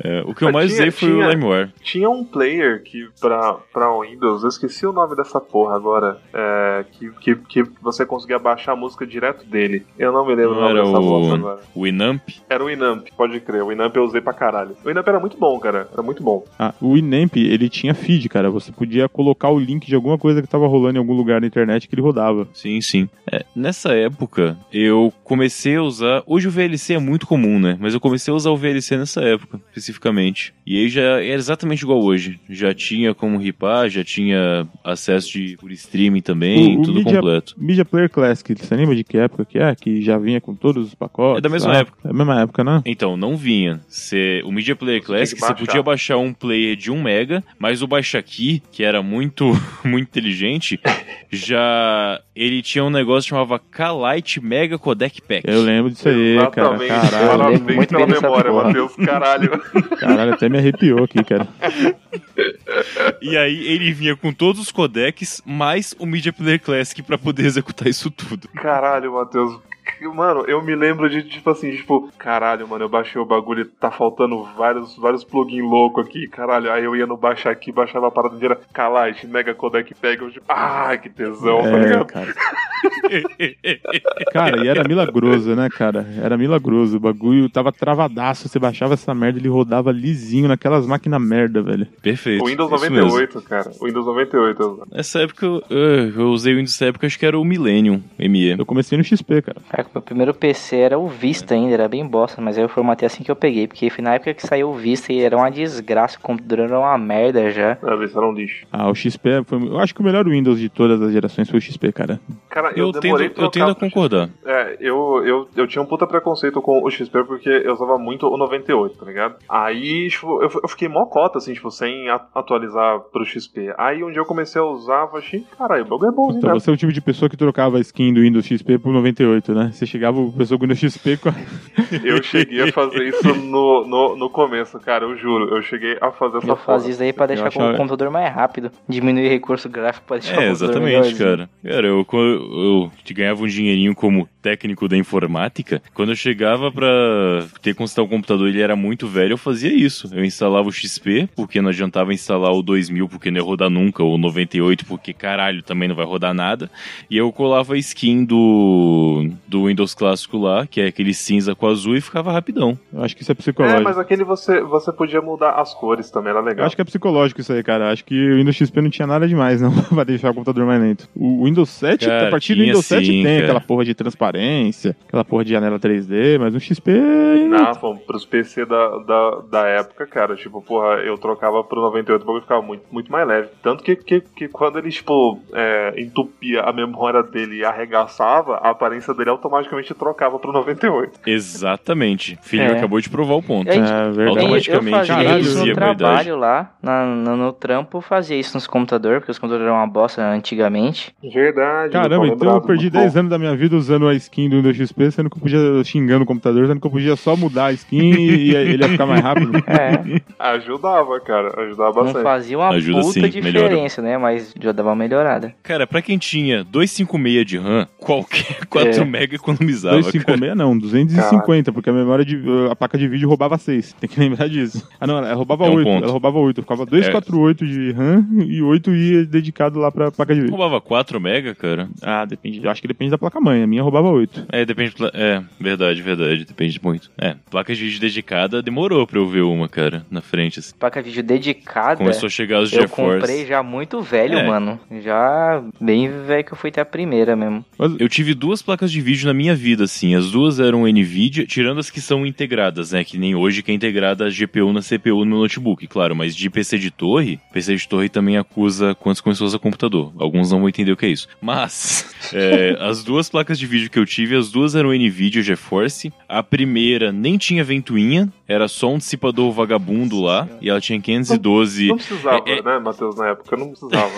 A: É, o que eu mais
C: Tinha-
A: usei foi
C: tinha-
A: o LimeWare.
C: Tinha um player que pra, pra Windows, eu esqueci o nome dessa porra agora, é, que, que, que você conseguia baixar a música direto dele. Eu não me lembro
A: Não
C: o nome
A: era
C: dessa
A: o-
C: bosta agora.
A: O Inamp.
C: Era o Inamp, pode crer. O Inamp eu usei pra caralho. O Inamp era muito bom, cara. Era muito bom.
B: Ah, o Inamp, ele tinha feed, cara. Você podia colocar o link de alguma coisa que tava rolando em algum lugar na internet que ele rodava.
A: Sim, sim. É, nessa época, eu comecei a usar. Hoje o VLC é muito comum, né? Mas eu comecei a usar o VLC nessa época, especificamente. E aí já era exatamente igual hoje. Já tinha como ripar, já tinha acesso de, por streaming também,
B: O- o
A: tudo
B: mídia-
A: completo.
B: Media Player Classic, você lembra de que época que é? Que já vinha com todos os pacotes?
A: É da mesma
B: tá?
A: época.
B: É da mesma época, né?
A: Então, não vinha. Cê- o Media Player
C: Você
A: Classic,
C: tem que
A: você
C: baixar.
A: podia baixar um player de 1 mega, mas o Baixa Key, que era muito, muito inteligente, já... Ele tinha um negócio que chamava K-Lite Mega Codec Pack.
B: Eu lembro disso aí, cara.
C: Exatamente.
B: Caralho,
D: Eu lembro
C: Parabéns
D: muito
C: pela
D: bem dessa
C: memória,
D: porra.
C: Matheus. Caralho.
B: caralho, até me arrepiou aqui, cara.
A: E aí ele vinha com todos os codecs, mais o Media Player Classic pra poder executar isso tudo.
C: Caralho, Matheus. Mano, eu me lembro de, tipo assim, tipo, caralho, mano, eu baixei o bagulho e tá faltando vários, vários plugin louco aqui, caralho. Aí eu ia no baixar aqui, baixava a parada inteira, Kalite, Mega Codec Tag, eu tipo, ah, que tesão, tá
B: É,
C: ligado?
B: cara. Cara, e era milagroso, né, cara? Era milagroso. O bagulho tava travadaço. Você baixava essa merda, ele rodava lisinho naquelas máquinas merda, velho.
A: Perfeito.
C: O Windows
A: isso mesmo.
C: 98, cara. O Windows 98. eu-
A: Nessa época, eu, eu- eu usei o Windows nessa época, acho que era o Millennium ME.
B: Eu comecei no XP, cara.
D: Cara, meu primeiro PC era o Vista ainda, era bem bosta, mas aí eu formatei assim que eu peguei, porque foi na época que saiu o Vista e era uma desgraça, o computador era uma merda já.
C: Ah, isso era um lixo.
B: Ah, o XP foi. Eu acho que o melhor Windows de todas as gerações foi o XP, cara.
C: Cara, eu,
A: Eu, tendo,
C: demorei pra
A: eu tendo
C: trocar
A: a concordar.
C: É, eu, eu, eu tinha um puta preconceito com o XP porque eu usava muito o 98, tá ligado? Aí, tipo, eu, eu fiquei mó cota, assim, tipo, sem a- atualizar pro XP. Aí um dia eu comecei a usar, eu falei, "Ih, caralho, o bagulho é bom,
B: Então,
C: né?
B: você é o tipo de pessoa que trocava a skin do Windows XP pro 98, né? Você chegava, o pessoal com o Windows XP com a...
C: Eu cheguei a fazer isso no, no, no começo, cara, eu juro. Eu cheguei a fazer essa
D: Eu fazia
C: porra.
D: isso daí pra deixar
B: achava-
D: o computador mais rápido, diminuir recurso gráfico pra
A: É,
D: deixar o computador
A: exatamente,
D: melhorzinho.
A: cara. Cara, eu, quando eu te ganhava um dinheirinho como técnico da informática. Quando eu chegava pra ter que consultar o computador ele era muito velho, eu fazia isso. Eu instalava o XP, porque não adiantava instalar o 2000, porque não ia rodar nunca, ou o 98, porque caralho, também não vai rodar nada. E eu colava a skin do, do Windows clássico lá, que é aquele cinza com azul, e ficava rapidão.
B: Eu acho que isso é
C: É,
B: psicológico.
C: mas aquele você, você podia mudar as cores também, era
B: Eu
C: legal.
B: acho que é psicológico isso aí, cara. Acho que o Windows XP não tinha nada demais, não, pra deixar o computador mais lento. O Windows 7,
A: Cara,
B: a partir do
A: tinha
B: Windows 7
A: sim,
B: tem
A: cara.
B: aquela porra de transparência, aquela porra de janela 3D, mas um XP.
C: Não, pô, pros PC da, da, da época, cara, tipo, porra, eu trocava pro 98 porque ficava muito, muito mais leve. Tanto que, que, que quando ele, tipo, é, entupia a memória dele e arregaçava, a aparência dele automaticamente trocava pro 98.
A: Exatamente. O Felipe
D: É.
A: acabou de provar o ponto.
D: É,
B: É verdade.
A: Automaticamente,
D: Eu fazia
B: caralho,
D: isso
A: dizia
D: no
A: a qualidade.
D: trabalho lá, na- na- no trampo, eu fazia isso nos computadores, porque os computadores eram uma bosta antigamente.
C: Verdade.
B: Caramba,
C: meu
B: então
C: pau
B: eu
C: lembrava,
B: perdi
C: muito bom.
B: 10 anos da minha vida usando a skin do Windows XP, sendo que eu podia xingando o computador, sendo que eu podia só mudar a skin e ele ia ficar mais rápido.
D: É,
C: Ajudava, cara, ajudava
D: não
C: bastante.
D: fazia uma
A: Ajuda
D: puta
A: sim, melhora.
D: diferença, né? Mas já dava uma melhorada.
A: Cara, pra quem tinha 256 de RAM, qualquer 4
D: É.
A: mega economizava. cara.
B: 256 não, 250, porque a memória de a placa de vídeo roubava 6. Tem que lembrar disso. Ah, não, ela roubava
A: É um
B: 8,
A: ponto.
B: ela roubava 8, ficava 248 de RAM e 8 ia dedicado lá pra placa de vídeo.
A: Roubava 4 mega, cara?
B: Ah, depende, eu acho que depende da placa mãe, a minha roubava 8.
A: É, depende. do pla- É, verdade, verdade. Depende muito. É, placa de vídeo dedicada demorou pra eu ver uma, cara, na frente. Assim.
D: Placa de vídeo dedicada.
A: Começou a chegar os
D: Ah, é. Eu
A: GeForce.
D: comprei já muito velho,
A: É.
D: mano. Já bem velho que eu fui até a primeira mesmo.
A: Eu tive duas placas de vídeo na minha vida, assim. As duas eram NVIDIA, tirando as que são integradas, né? Que nem hoje que é integrada a GPU na CPU no meu notebook, claro. Mas de PC de torre, PC de torre também acusa quantos começou a usar computador. Alguns não vão entender o que é isso. Mas, é, as duas placas de vídeo que eu tive, as duas eram NVIDIA GeForce. A primeira nem tinha ventoinha, era só um dissipador vagabundo lá. E ela tinha 512
C: Não precisava,
A: É, é-
C: né, Matheus, na época? Não precisava.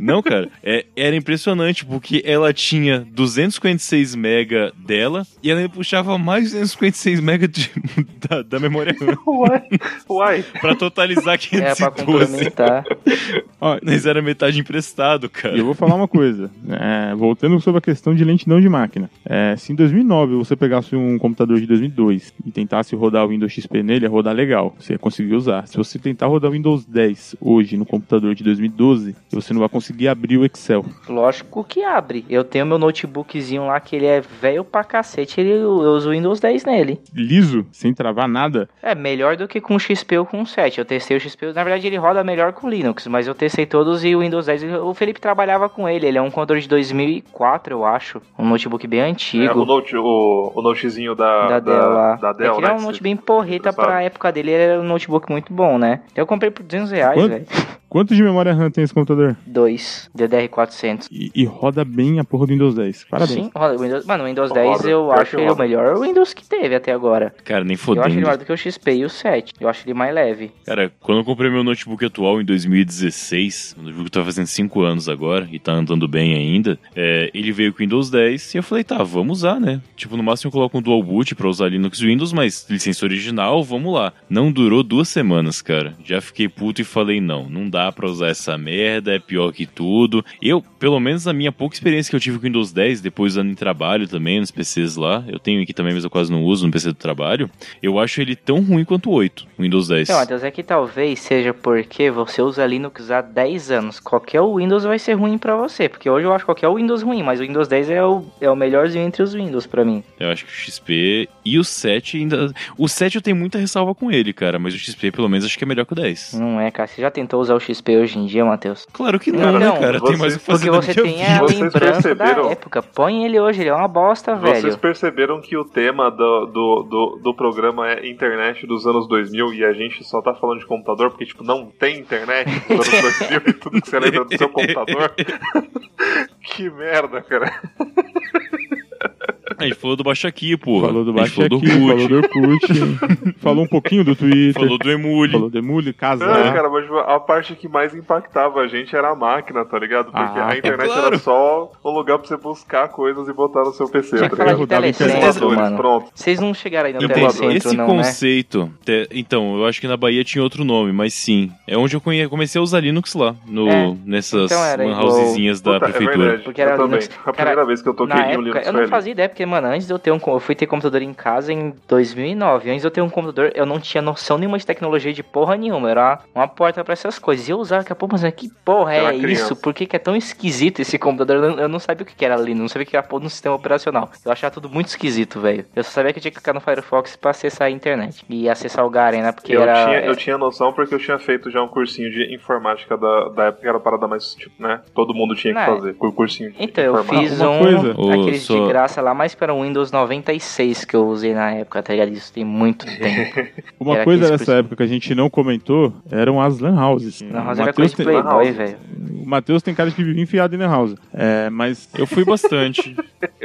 A: Não, cara, é- era impressionante porque ela tinha 256 mega dela e ela ainda puxava mais 256 mega de- da, da memória RAM
C: Uai, uai.
A: pra totalizar
D: É, pra
A: 512.
D: complementar.
B: Ó,
A: Mas era metade emprestado,
B: E eu
A: cara.
B: vou falar uma coisa, é, voltando sobre a questão de lentidão de máquina. É, se em 2009 você pegasse um computador de 2002 e tentasse rodar o Windows XP nele, ia rodar legal, você ia conseguir usar. Se você tentar rodar o Windows 10 hoje no computador de 2012, você não vai conseguir abrir o Excel.
D: Lógico que abre. Eu tenho meu notebookzinho lá que ele é velho pra cacete. Ele, eu uso o Windows 10 nele.
B: Liso, sem travar nada.
D: É melhor do que com XP ou com 7. Eu testei o XP, na verdade ele roda melhor com Linux, mas eu testei todos e o Windows 10. ele- O Felipe trabalhava com ele. Ele é um computador de 2004, eu acho. Um notebook bem
C: É, o,
D: antigo.
C: note, o, É, o notezinho da,
D: da Dell lá.
C: da Dell,
D: é que ele
C: né?
D: é um
C: que
D: note
C: você-
D: bem porreta
C: sabe.
D: pra época dele, ele era um notebook muito bom, né? Eu comprei por 200 reais,
B: Quanto?
D: velho.
B: Quanto de memória RAM tem esse computador?
D: 2 DDR400.
B: E, e roda bem a porra do Windows 10. Parabéns.
D: Sim, roda o Windows, mano, o Windows
C: Roda,
D: 10 eu
C: pior que
D: acho ele o
C: roda.
D: melhor Windows que teve até agora.
A: Cara, nem
D: Eu acho ele melhor
A: fodendo.
D: do que o XP e o 7. Eu acho ele mais leve.
A: Cara, quando eu comprei meu notebook atual em 2016, o notebook tá fazendo 5 anos agora e tá andando bem ainda, é, ele veio com Windows 10 e eu falei, tá, vamos usar, né? Tipo, no máximo eu coloco um dual boot pra usar Linux e Windows, mas licença original, vamos lá. Não durou duas semanas, cara. Já fiquei puto e falei, não, não dá pra usar essa merda, é pior que tudo. Eu, pelo menos na minha pouca experiência que eu tive com Windows 10, depois usando em trabalho também, nos PCs lá, eu tenho aqui também, mas eu quase não uso no PC do trabalho, eu acho ele tão ruim quanto o 8, o Windows 10.
D: Então, Matheus, é que talvez seja porque você usa Linux há 10 anos. Qualquer Windows vai ser ruim pra você. Porque hoje eu acho qualquer Windows ruim, mas o Windows 10 é o, é o melhorzinho entre os Windows pra mim.
A: Eu acho que o XP e o 7 ainda. O 7 eu tenho muita ressalva com ele, cara, mas o XP pelo menos acho que é melhor que o
B: Hum.
A: 10.
D: Não é, cara. Você já tentou usar o XP hoje em dia, Matheus?
A: Claro que não, né,
D: Não,
A: cara? Tem
C: você-
A: mais o que fazer
D: Porque
A: na
D: você
A: minha
D: tem
A: vida.
D: a
C: Vocês
D: lembrança da
C: perceberam?
D: época. Põe ele hoje, ele é uma bosta,
C: Vocês
D: velho.
C: perceberam que o tema do, do, do, do programa é internet dos anos 2000 e a gente só tá falando de computador porque, tipo, não tem internet dos anos 2000 e tudo que você lembra do seu computador? que merda, cara.
A: A gente falou do Baixa Aqui, porra.
B: Falou do
A: A gente
B: baixo
A: falou
B: aqui,
A: do
B: falou
A: Orkut,
B: do Orkut, falou um pouquinho do Twitter,
A: falou
B: falou,
A: do Ah. Emule.
B: do Emule, né?
C: Não,
B: casar.
C: cara, mas tipo, a parte que mais impactava a gente era a máquina, tá ligado? Porque
B: Ah,
C: a internet
A: claro.
C: era só um lugar pra você buscar coisas e botar no seu PC.
D: Tinha que falar de
B: Eu dava em
D: telecentro,
C: Computadores,
D: mano.
C: Pronto.
D: Vocês não chegaram aí no
A: Eu tenho
D: telecentro,
A: esse
D: não, né?
A: conceito. te- Então, eu acho que na Bahia tinha outro nome, mas sim. É onde eu conhe- comecei a usar Linux lá, no...
D: É,
A: nessas
D: então era
A: lan
D: igual-
A: housezinhas da
C: Puta, é
A: prefeitura.
C: verdade.
D: Porque era
C: eu também.
D: Linux.
C: A primeira
D: Cara,
C: vez que eu toquei
D: Na
C: em um
D: época,
C: Linux
D: eu
C: foi
D: não
C: ali.
D: fazia ideia, porque, mano, antes de eu ter um. com- Eu fui ter computador em casa em 2009. Antes de eu ter um computador, eu não tinha noção nenhuma de tecnologia de porra nenhuma. Era uma, uma porta pra essas coisas. E eu usava, daqui a pouco, mas que porra
C: Era
D: é
C: criança.
D: isso? Por que, que é tão esquisito esse computador? Eu não, eu não sabia o que que era Linux, não sabia o que era pôr no sistema operacional. Eu achava tudo muito esquisito, velho. Eu só sabia que eu tinha que clicar no Firefox pra acessar a internet. E acessar o Garena, né? porque
C: eu,
D: era. é
C: tinha, eu tinha noção porque eu tinha feito já um cursinho de informática da, da época, que era a parada mais, tipo, né? Todo mundo tinha que
D: Não,
C: fazer, cu- cursinho de
D: Então, eu
C: informática.
D: fiz
B: Uma
D: um
B: coisa.
A: Ô,
D: aqueles
A: só-
D: de graça lá, mas mais para o Windows 96 que eu usei na época, tá ligado? Isso tem muito tempo.
B: Uma
D: Era
B: coisa
D: 15%.
B: dessa época que a gente não comentou eram as lan houses.
D: Na
B: O
D: Rosa era
B: Matheus
D: coisa de
B: tem-
D: Playboy, velho.
B: O Matheus tem cara de que vivia enfiado em lan house. É, mas
A: Eu fui bastante,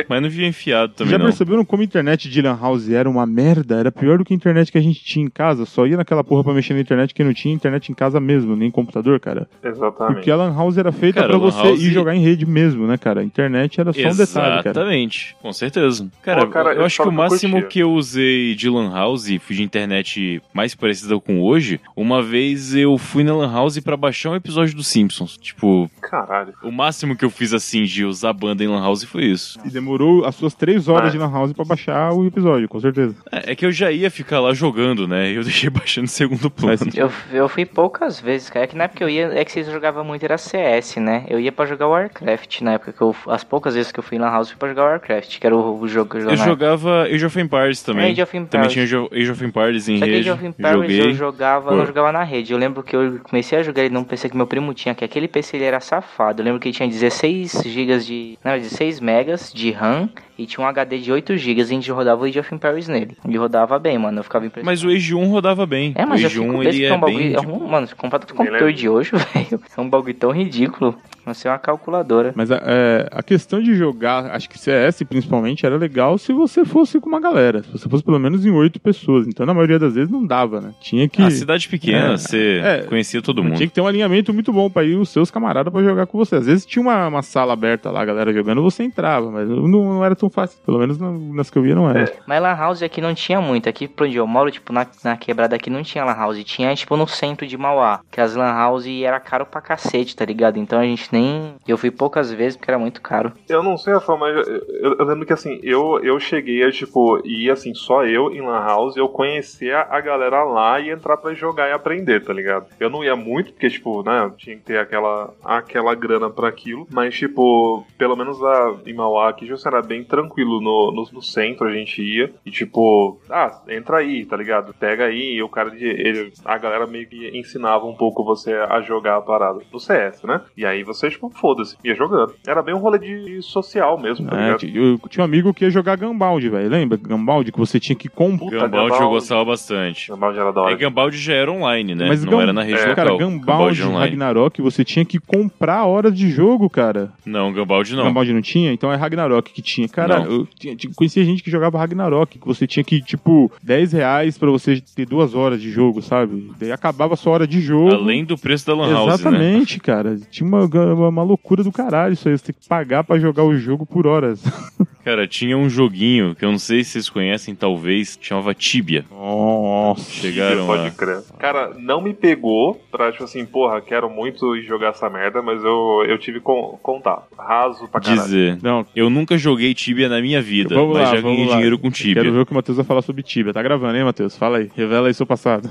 A: mas não vi enfiado também
B: Já
A: não.
B: perceberam como a internet de Lan House era uma merda? Era pior do que a internet que a gente tinha em casa. Só ia naquela porra pra mexer na internet que não tinha internet em casa mesmo, nem computador, cara. Porque
C: Exatamente.
B: a Lan House era feita
A: Cara,
B: pra
A: a Lan
B: você
A: House-
B: ir jogar em rede mesmo, né, cara? A internet era só um detalhe, cara.
A: Exatamente, com certeza. Cara,
C: Pô, cara,
A: eu
C: eu
A: acho
C: falo
A: que o
C: que eu
A: máximo
C: curtia.
A: que eu usei de Lan House e fui de internet mais parecida com hoje, uma vez eu fui na Lan House pra baixar um episódio dos Simpsons. Tipo,
C: Caralho.
A: o máximo que eu fiz assim de usar banda em Lan House foi isso.
B: E demorou as suas três horas
C: Mas-
B: de Lan House pra baixar o episódio, com certeza.
A: É, é que eu já ia ficar lá jogando, né? E eu deixei baixando em segundo plano.
B: Faz sentido.
D: Eu, eu fui poucas vezes, cara. É que na época que eu ia, é que vocês jogavam muito, era CS, né? Eu ia pra jogar Warcraft na época que eu. As poucas vezes que eu fui lá House, eu fui pra jogar Warcraft, que era o, o jogo que eu
B: né?
A: Eu
D: jogava.
A: jogava Age of Empires também.
D: É, Age of Empires.
A: Também tinha Jo- Age of Empires em
D: Só que
A: rede.
D: Age of Empires
A: joguei.
D: eu jogava,
A: Pô.
D: eu jogava na rede. Eu lembro que eu comecei a jogar ele num PC que meu primo tinha, que aquele PC ele era safado. Eu lembro que ele tinha 16 GB de. Não, 16 megas de RAM e tinha um HD de 8 GB e a gente rodava o Age of Empires nele. E rodava bem, mano. Eu ficava impressionado.
A: Mas o Age 1 rodava bem.
D: É, mas
A: o
D: eu
A: Age
D: fico
A: 1
D: com esse
A: ele
D: que é
A: é
D: um bagulho.
A: bem.
D: é um- mano, comparado com o
C: Ele é-
D: computador de hoje, velho, é um bagulho tão ridículo. Não ser uma calculadora.
B: Mas a, é, a questão de jogar, acho que CS principalmente, era legal se você fosse com uma galera. Se você fosse pelo menos em oito pessoas. Então, na maioria das vezes, não dava, né? Tinha que.
A: A cidade pequena,
B: É,
A: você
B: é.
A: conhecia Ah, todo mundo.
B: Tinha que ter um alinhamento muito bom pra ir os seus camaradas pra jogar com você. Às vezes tinha uma, uma sala aberta lá, a galera jogando, você entrava, mas não, não era tão fácil. Pelo menos na- nas que eu via não era.
D: Mas Lan House aqui não tinha muito. Aqui pra onde eu moro, tipo, na, na quebrada aqui não tinha Lan House. Tinha, tipo, no centro de Mauá. Que as Lan House era caro pra cacete, tá ligado? Então a gente nem. Eu fui poucas vezes porque era muito caro.
C: Eu não sei, Rafa, mas eu, eu- eu lembro que assim, eu, eu cheguei a, tipo, ir assim, só eu em Lan House, eu conhecia a galera lá e entrar pra jogar e aprender, tá ligado? Eu não ia muito, porque, tipo, né, tinha que ter aquela, aquela grana pra aquilo, mas, tipo, pelo menos lá em Mauá aqui já era bem tranquilo no, no, no centro, a gente ia e, tipo, ah, entra aí, tá ligado? Pega aí, e o cara, de- ele, a galera meio que ensinava um pouco você a jogar a parada do CS, né? E aí você, tipo, foda-se, ia jogando. Era bem um rolê de social mesmo, tá
B: É,
C: ligado?
B: ti- eu, tinha um amigo que ia jogar Gambaldi, velho. Lembra? Gambaldi, que você tinha que comprar.
C: Puta,
A: Gambaldi
C: Gambaldi.
A: eu gostava bastante.
C: Chamava de era da
A: É,
C: hora.
A: Gambaldi já era online, né?
B: Mas
A: não
B: Gam-
A: era na rede
C: é,
A: local.
B: Cara, Gambaldi, Ragnarok, você tinha que comprar horas de jogo, cara.
A: Não, Gambaldi não.
B: Gambaldi não tinha? Então é Ragnarok que tinha. Caralho, eu tinha- tinha- conhecia gente que jogava Ragnarok, que você tinha que, tipo, 10 reais pra você ter duas horas de jogo, sabe? Daí acabava a sua hora de jogo.
A: Além do preço da Lan House, né?
B: Exatamente, cara. Tinha uma, uma loucura do caralho isso aí. Você tem que pagar pra jogar o jogo por horas.
A: Cara, tinha um joguinho que eu não sei se vocês conhecem, talvez, chamava Tibia.
B: Nossa.
A: Chegaram
C: Pode
A: lá.
C: crer. Cara, não me pegou pra, tipo assim, porra, quero muito ir jogar essa merda, mas eu, eu tive con contar. Raso pra caralho.
A: Dizer.
B: Não,
A: Eu nunca joguei Tibia na minha vida,
B: Vamos
A: mas
B: lá,
A: já
B: vamos
A: ganhei
B: lá.
A: dinheiro com Tibia.
B: quero ver o que o Matheus vai falar sobre Tibia. Tá gravando, hein, Matheus? Fala aí. Revela aí seu passado.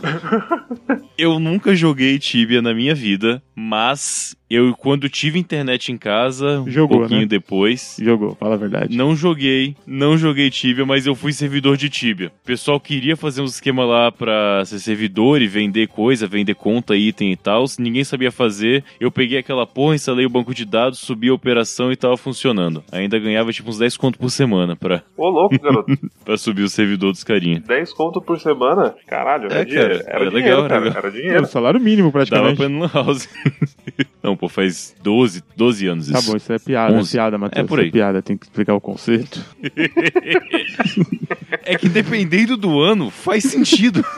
A: Eu nunca joguei Tibia na minha vida, mas eu, quando tive internet em casa, um
B: Jogou,
A: pouquinho
B: né?
A: depois,
B: Jogou, fala a verdade.
A: Não joguei, não joguei Tibia, mas eu fui servidor de Tibia. O pessoal queria fazer um esquema lá pra ser servidor e vender coisa, vender conta, item e tal. Ninguém sabia fazer. Eu peguei aquela porra, instalei o banco de dados, subi a operação e tava funcionando. Ainda ganhava tipo uns 10 conto por semana pra,
C: Ô, louco, garoto.
A: pra subir o servidor dos carinha.
C: 10 conto por semana? Caralho, era,
A: É,
C: dinheiro.
A: cara,
C: era,
A: era
C: dinheiro,
A: legal, né,
C: cara.
A: legal.
C: Era
B: É, o
C: dinheiro.
B: salário mínimo,
A: Dava
B: praticamente.
A: pra ir no house. não, pô, faz 12, 12 anos
B: Tá
A: isso.
B: bom, isso é piada,
A: Onze.
B: é piada, Matheus.
A: É por
B: isso
A: aí.
B: piada, tem que explicar o conceito.
A: É que dependendo do ano, faz sentido.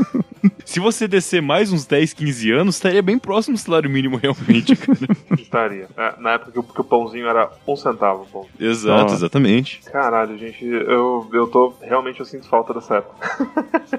A: Se você descer mais uns 10, 15 anos, estaria bem próximo do salário mínimo realmente, cara.
C: Estaria. É, na época que o, que o pãozinho era um centavo. Pô.
A: Exato,
B: Ó.
A: exatamente.
C: Caralho, gente, eu, eu tô. Realmente eu sinto falta dessa época.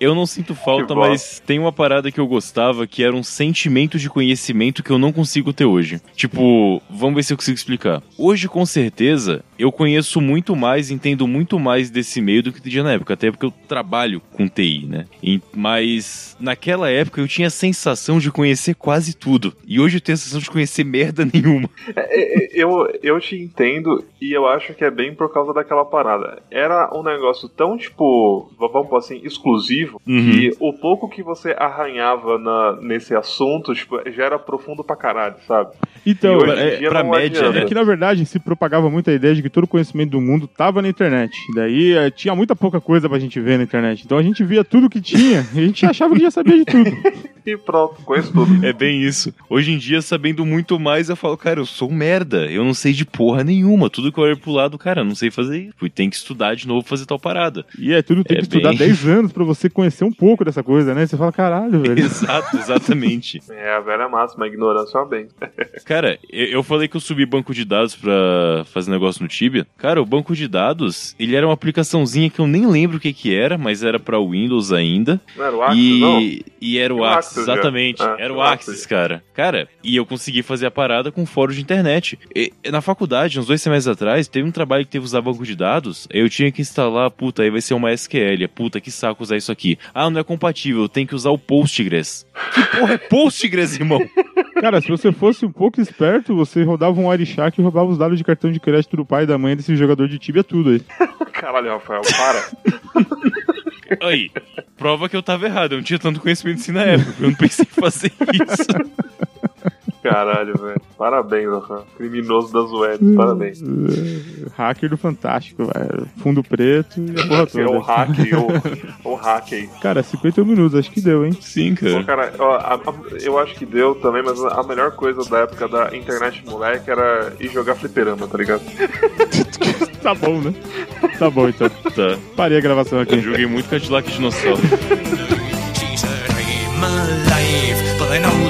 A: Eu não sinto falta,
C: Que bosta.
A: mas tem uma parada que eu gostava que era um sentimento de conhecimento que eu não consigo ter hoje. Tipo, vamos ver se eu consigo explicar. Hoje, com certeza, eu conheço muito mais, entendo muito mais desse meio do que tinha na época, até porque eu trabalho com TI, né? E- mas naquela época eu tinha a sensação de conhecer quase tudo. E hoje eu tenho a sensação de conhecer merda nenhuma.
C: É, é, Eu, eu te entendo e eu acho que é bem por causa daquela parada. Era um negócio tão, tipo, vamos pôr assim, exclusivo,
A: Uhum.
C: que o pouco que você arranhava na- nesse assunto, tipo, já era profundo pra caralho, sabe?
B: Então,
C: e hoje
A: é-
C: em dia
A: pra
C: não
A: média,
C: adianta.
A: né?
B: É que na verdade se propagava muito a ideia de que que todo o conhecimento do mundo tava na internet. Daí eh, tinha muita pouca coisa pra gente ver na internet. Então a gente via tudo que tinha e a gente achava que já sabia de tudo.
C: E pronto, conheço tudo.
A: né? É bem isso. Hoje em dia, sabendo muito mais, eu falo, cara, eu sou um merda. Eu não sei de porra nenhuma. Tudo que eu olho pro lado, cara, eu não sei fazer isso. E tem que estudar de novo, fazer tal parada.
B: E é tudo tem
A: É
B: que estudar
A: bem-
B: 10 anos pra você conhecer um pouco dessa coisa, né? E você fala, caralho, velho.
A: Exato, exatamente.
C: É a velha máxima, a ignorância é uma bem.
A: Cara, eu, eu falei que eu subi banco de dados pra fazer negócio no Tibia. Cara, o banco de dados, ele era uma aplicaçãozinha que eu nem lembro o que que era, mas era pra Windows ainda.
C: Não era o Axis,
A: e,
C: não?
A: e era o
C: Era o
A: Axis,
C: Axis, já.
A: exatamente.
C: Ah,
A: era o
C: o Axis.
A: Axis, cara. Cara, e eu consegui fazer a parada com fórum de internet. E- e na faculdade, uns dois semestres atrás, teve um trabalho que teve que usar banco de dados. Eu tinha que instalar, puta, aí vai ser uma SQL. Puta, que saco usar isso aqui. Ah, não é compatível, tem que usar o Postgres. Que porra é Postgres, irmão?
B: Cara, se você fosse um pouco esperto, você rodava um Wireshark e roubava os dados de cartão de crédito do pai e da mãe desse jogador de Tibia tudo aí.
C: Caralho, Rafael, para.
A: Aí, prova que eu tava errado. Eu não tinha tanto conhecimento assim na época. Eu não pensei em fazer isso.
C: Caralho, velho. Parabéns, Rafael. Criminoso das webs, parabéns.
B: Eh, Hacker do Fantástico, velho. Fundo preto e a porra
C: É o
B: toda.
C: hack, o, o hack aí.
B: Cara, 51 minutos, acho que deu, hein?
A: Sim,
C: Pô,
A: cara.
C: cara, ó, a- a- eu acho que deu também, mas a melhor coisa da época da internet moleque era ir jogar fliperama, tá ligado?
B: Tá bom, né? Tá bom, então.
A: Tá.
B: Parei a gravação aqui.
A: Eu joguei muito Cadillac Dinossauro.
F: Jesus, I'm alive, but I know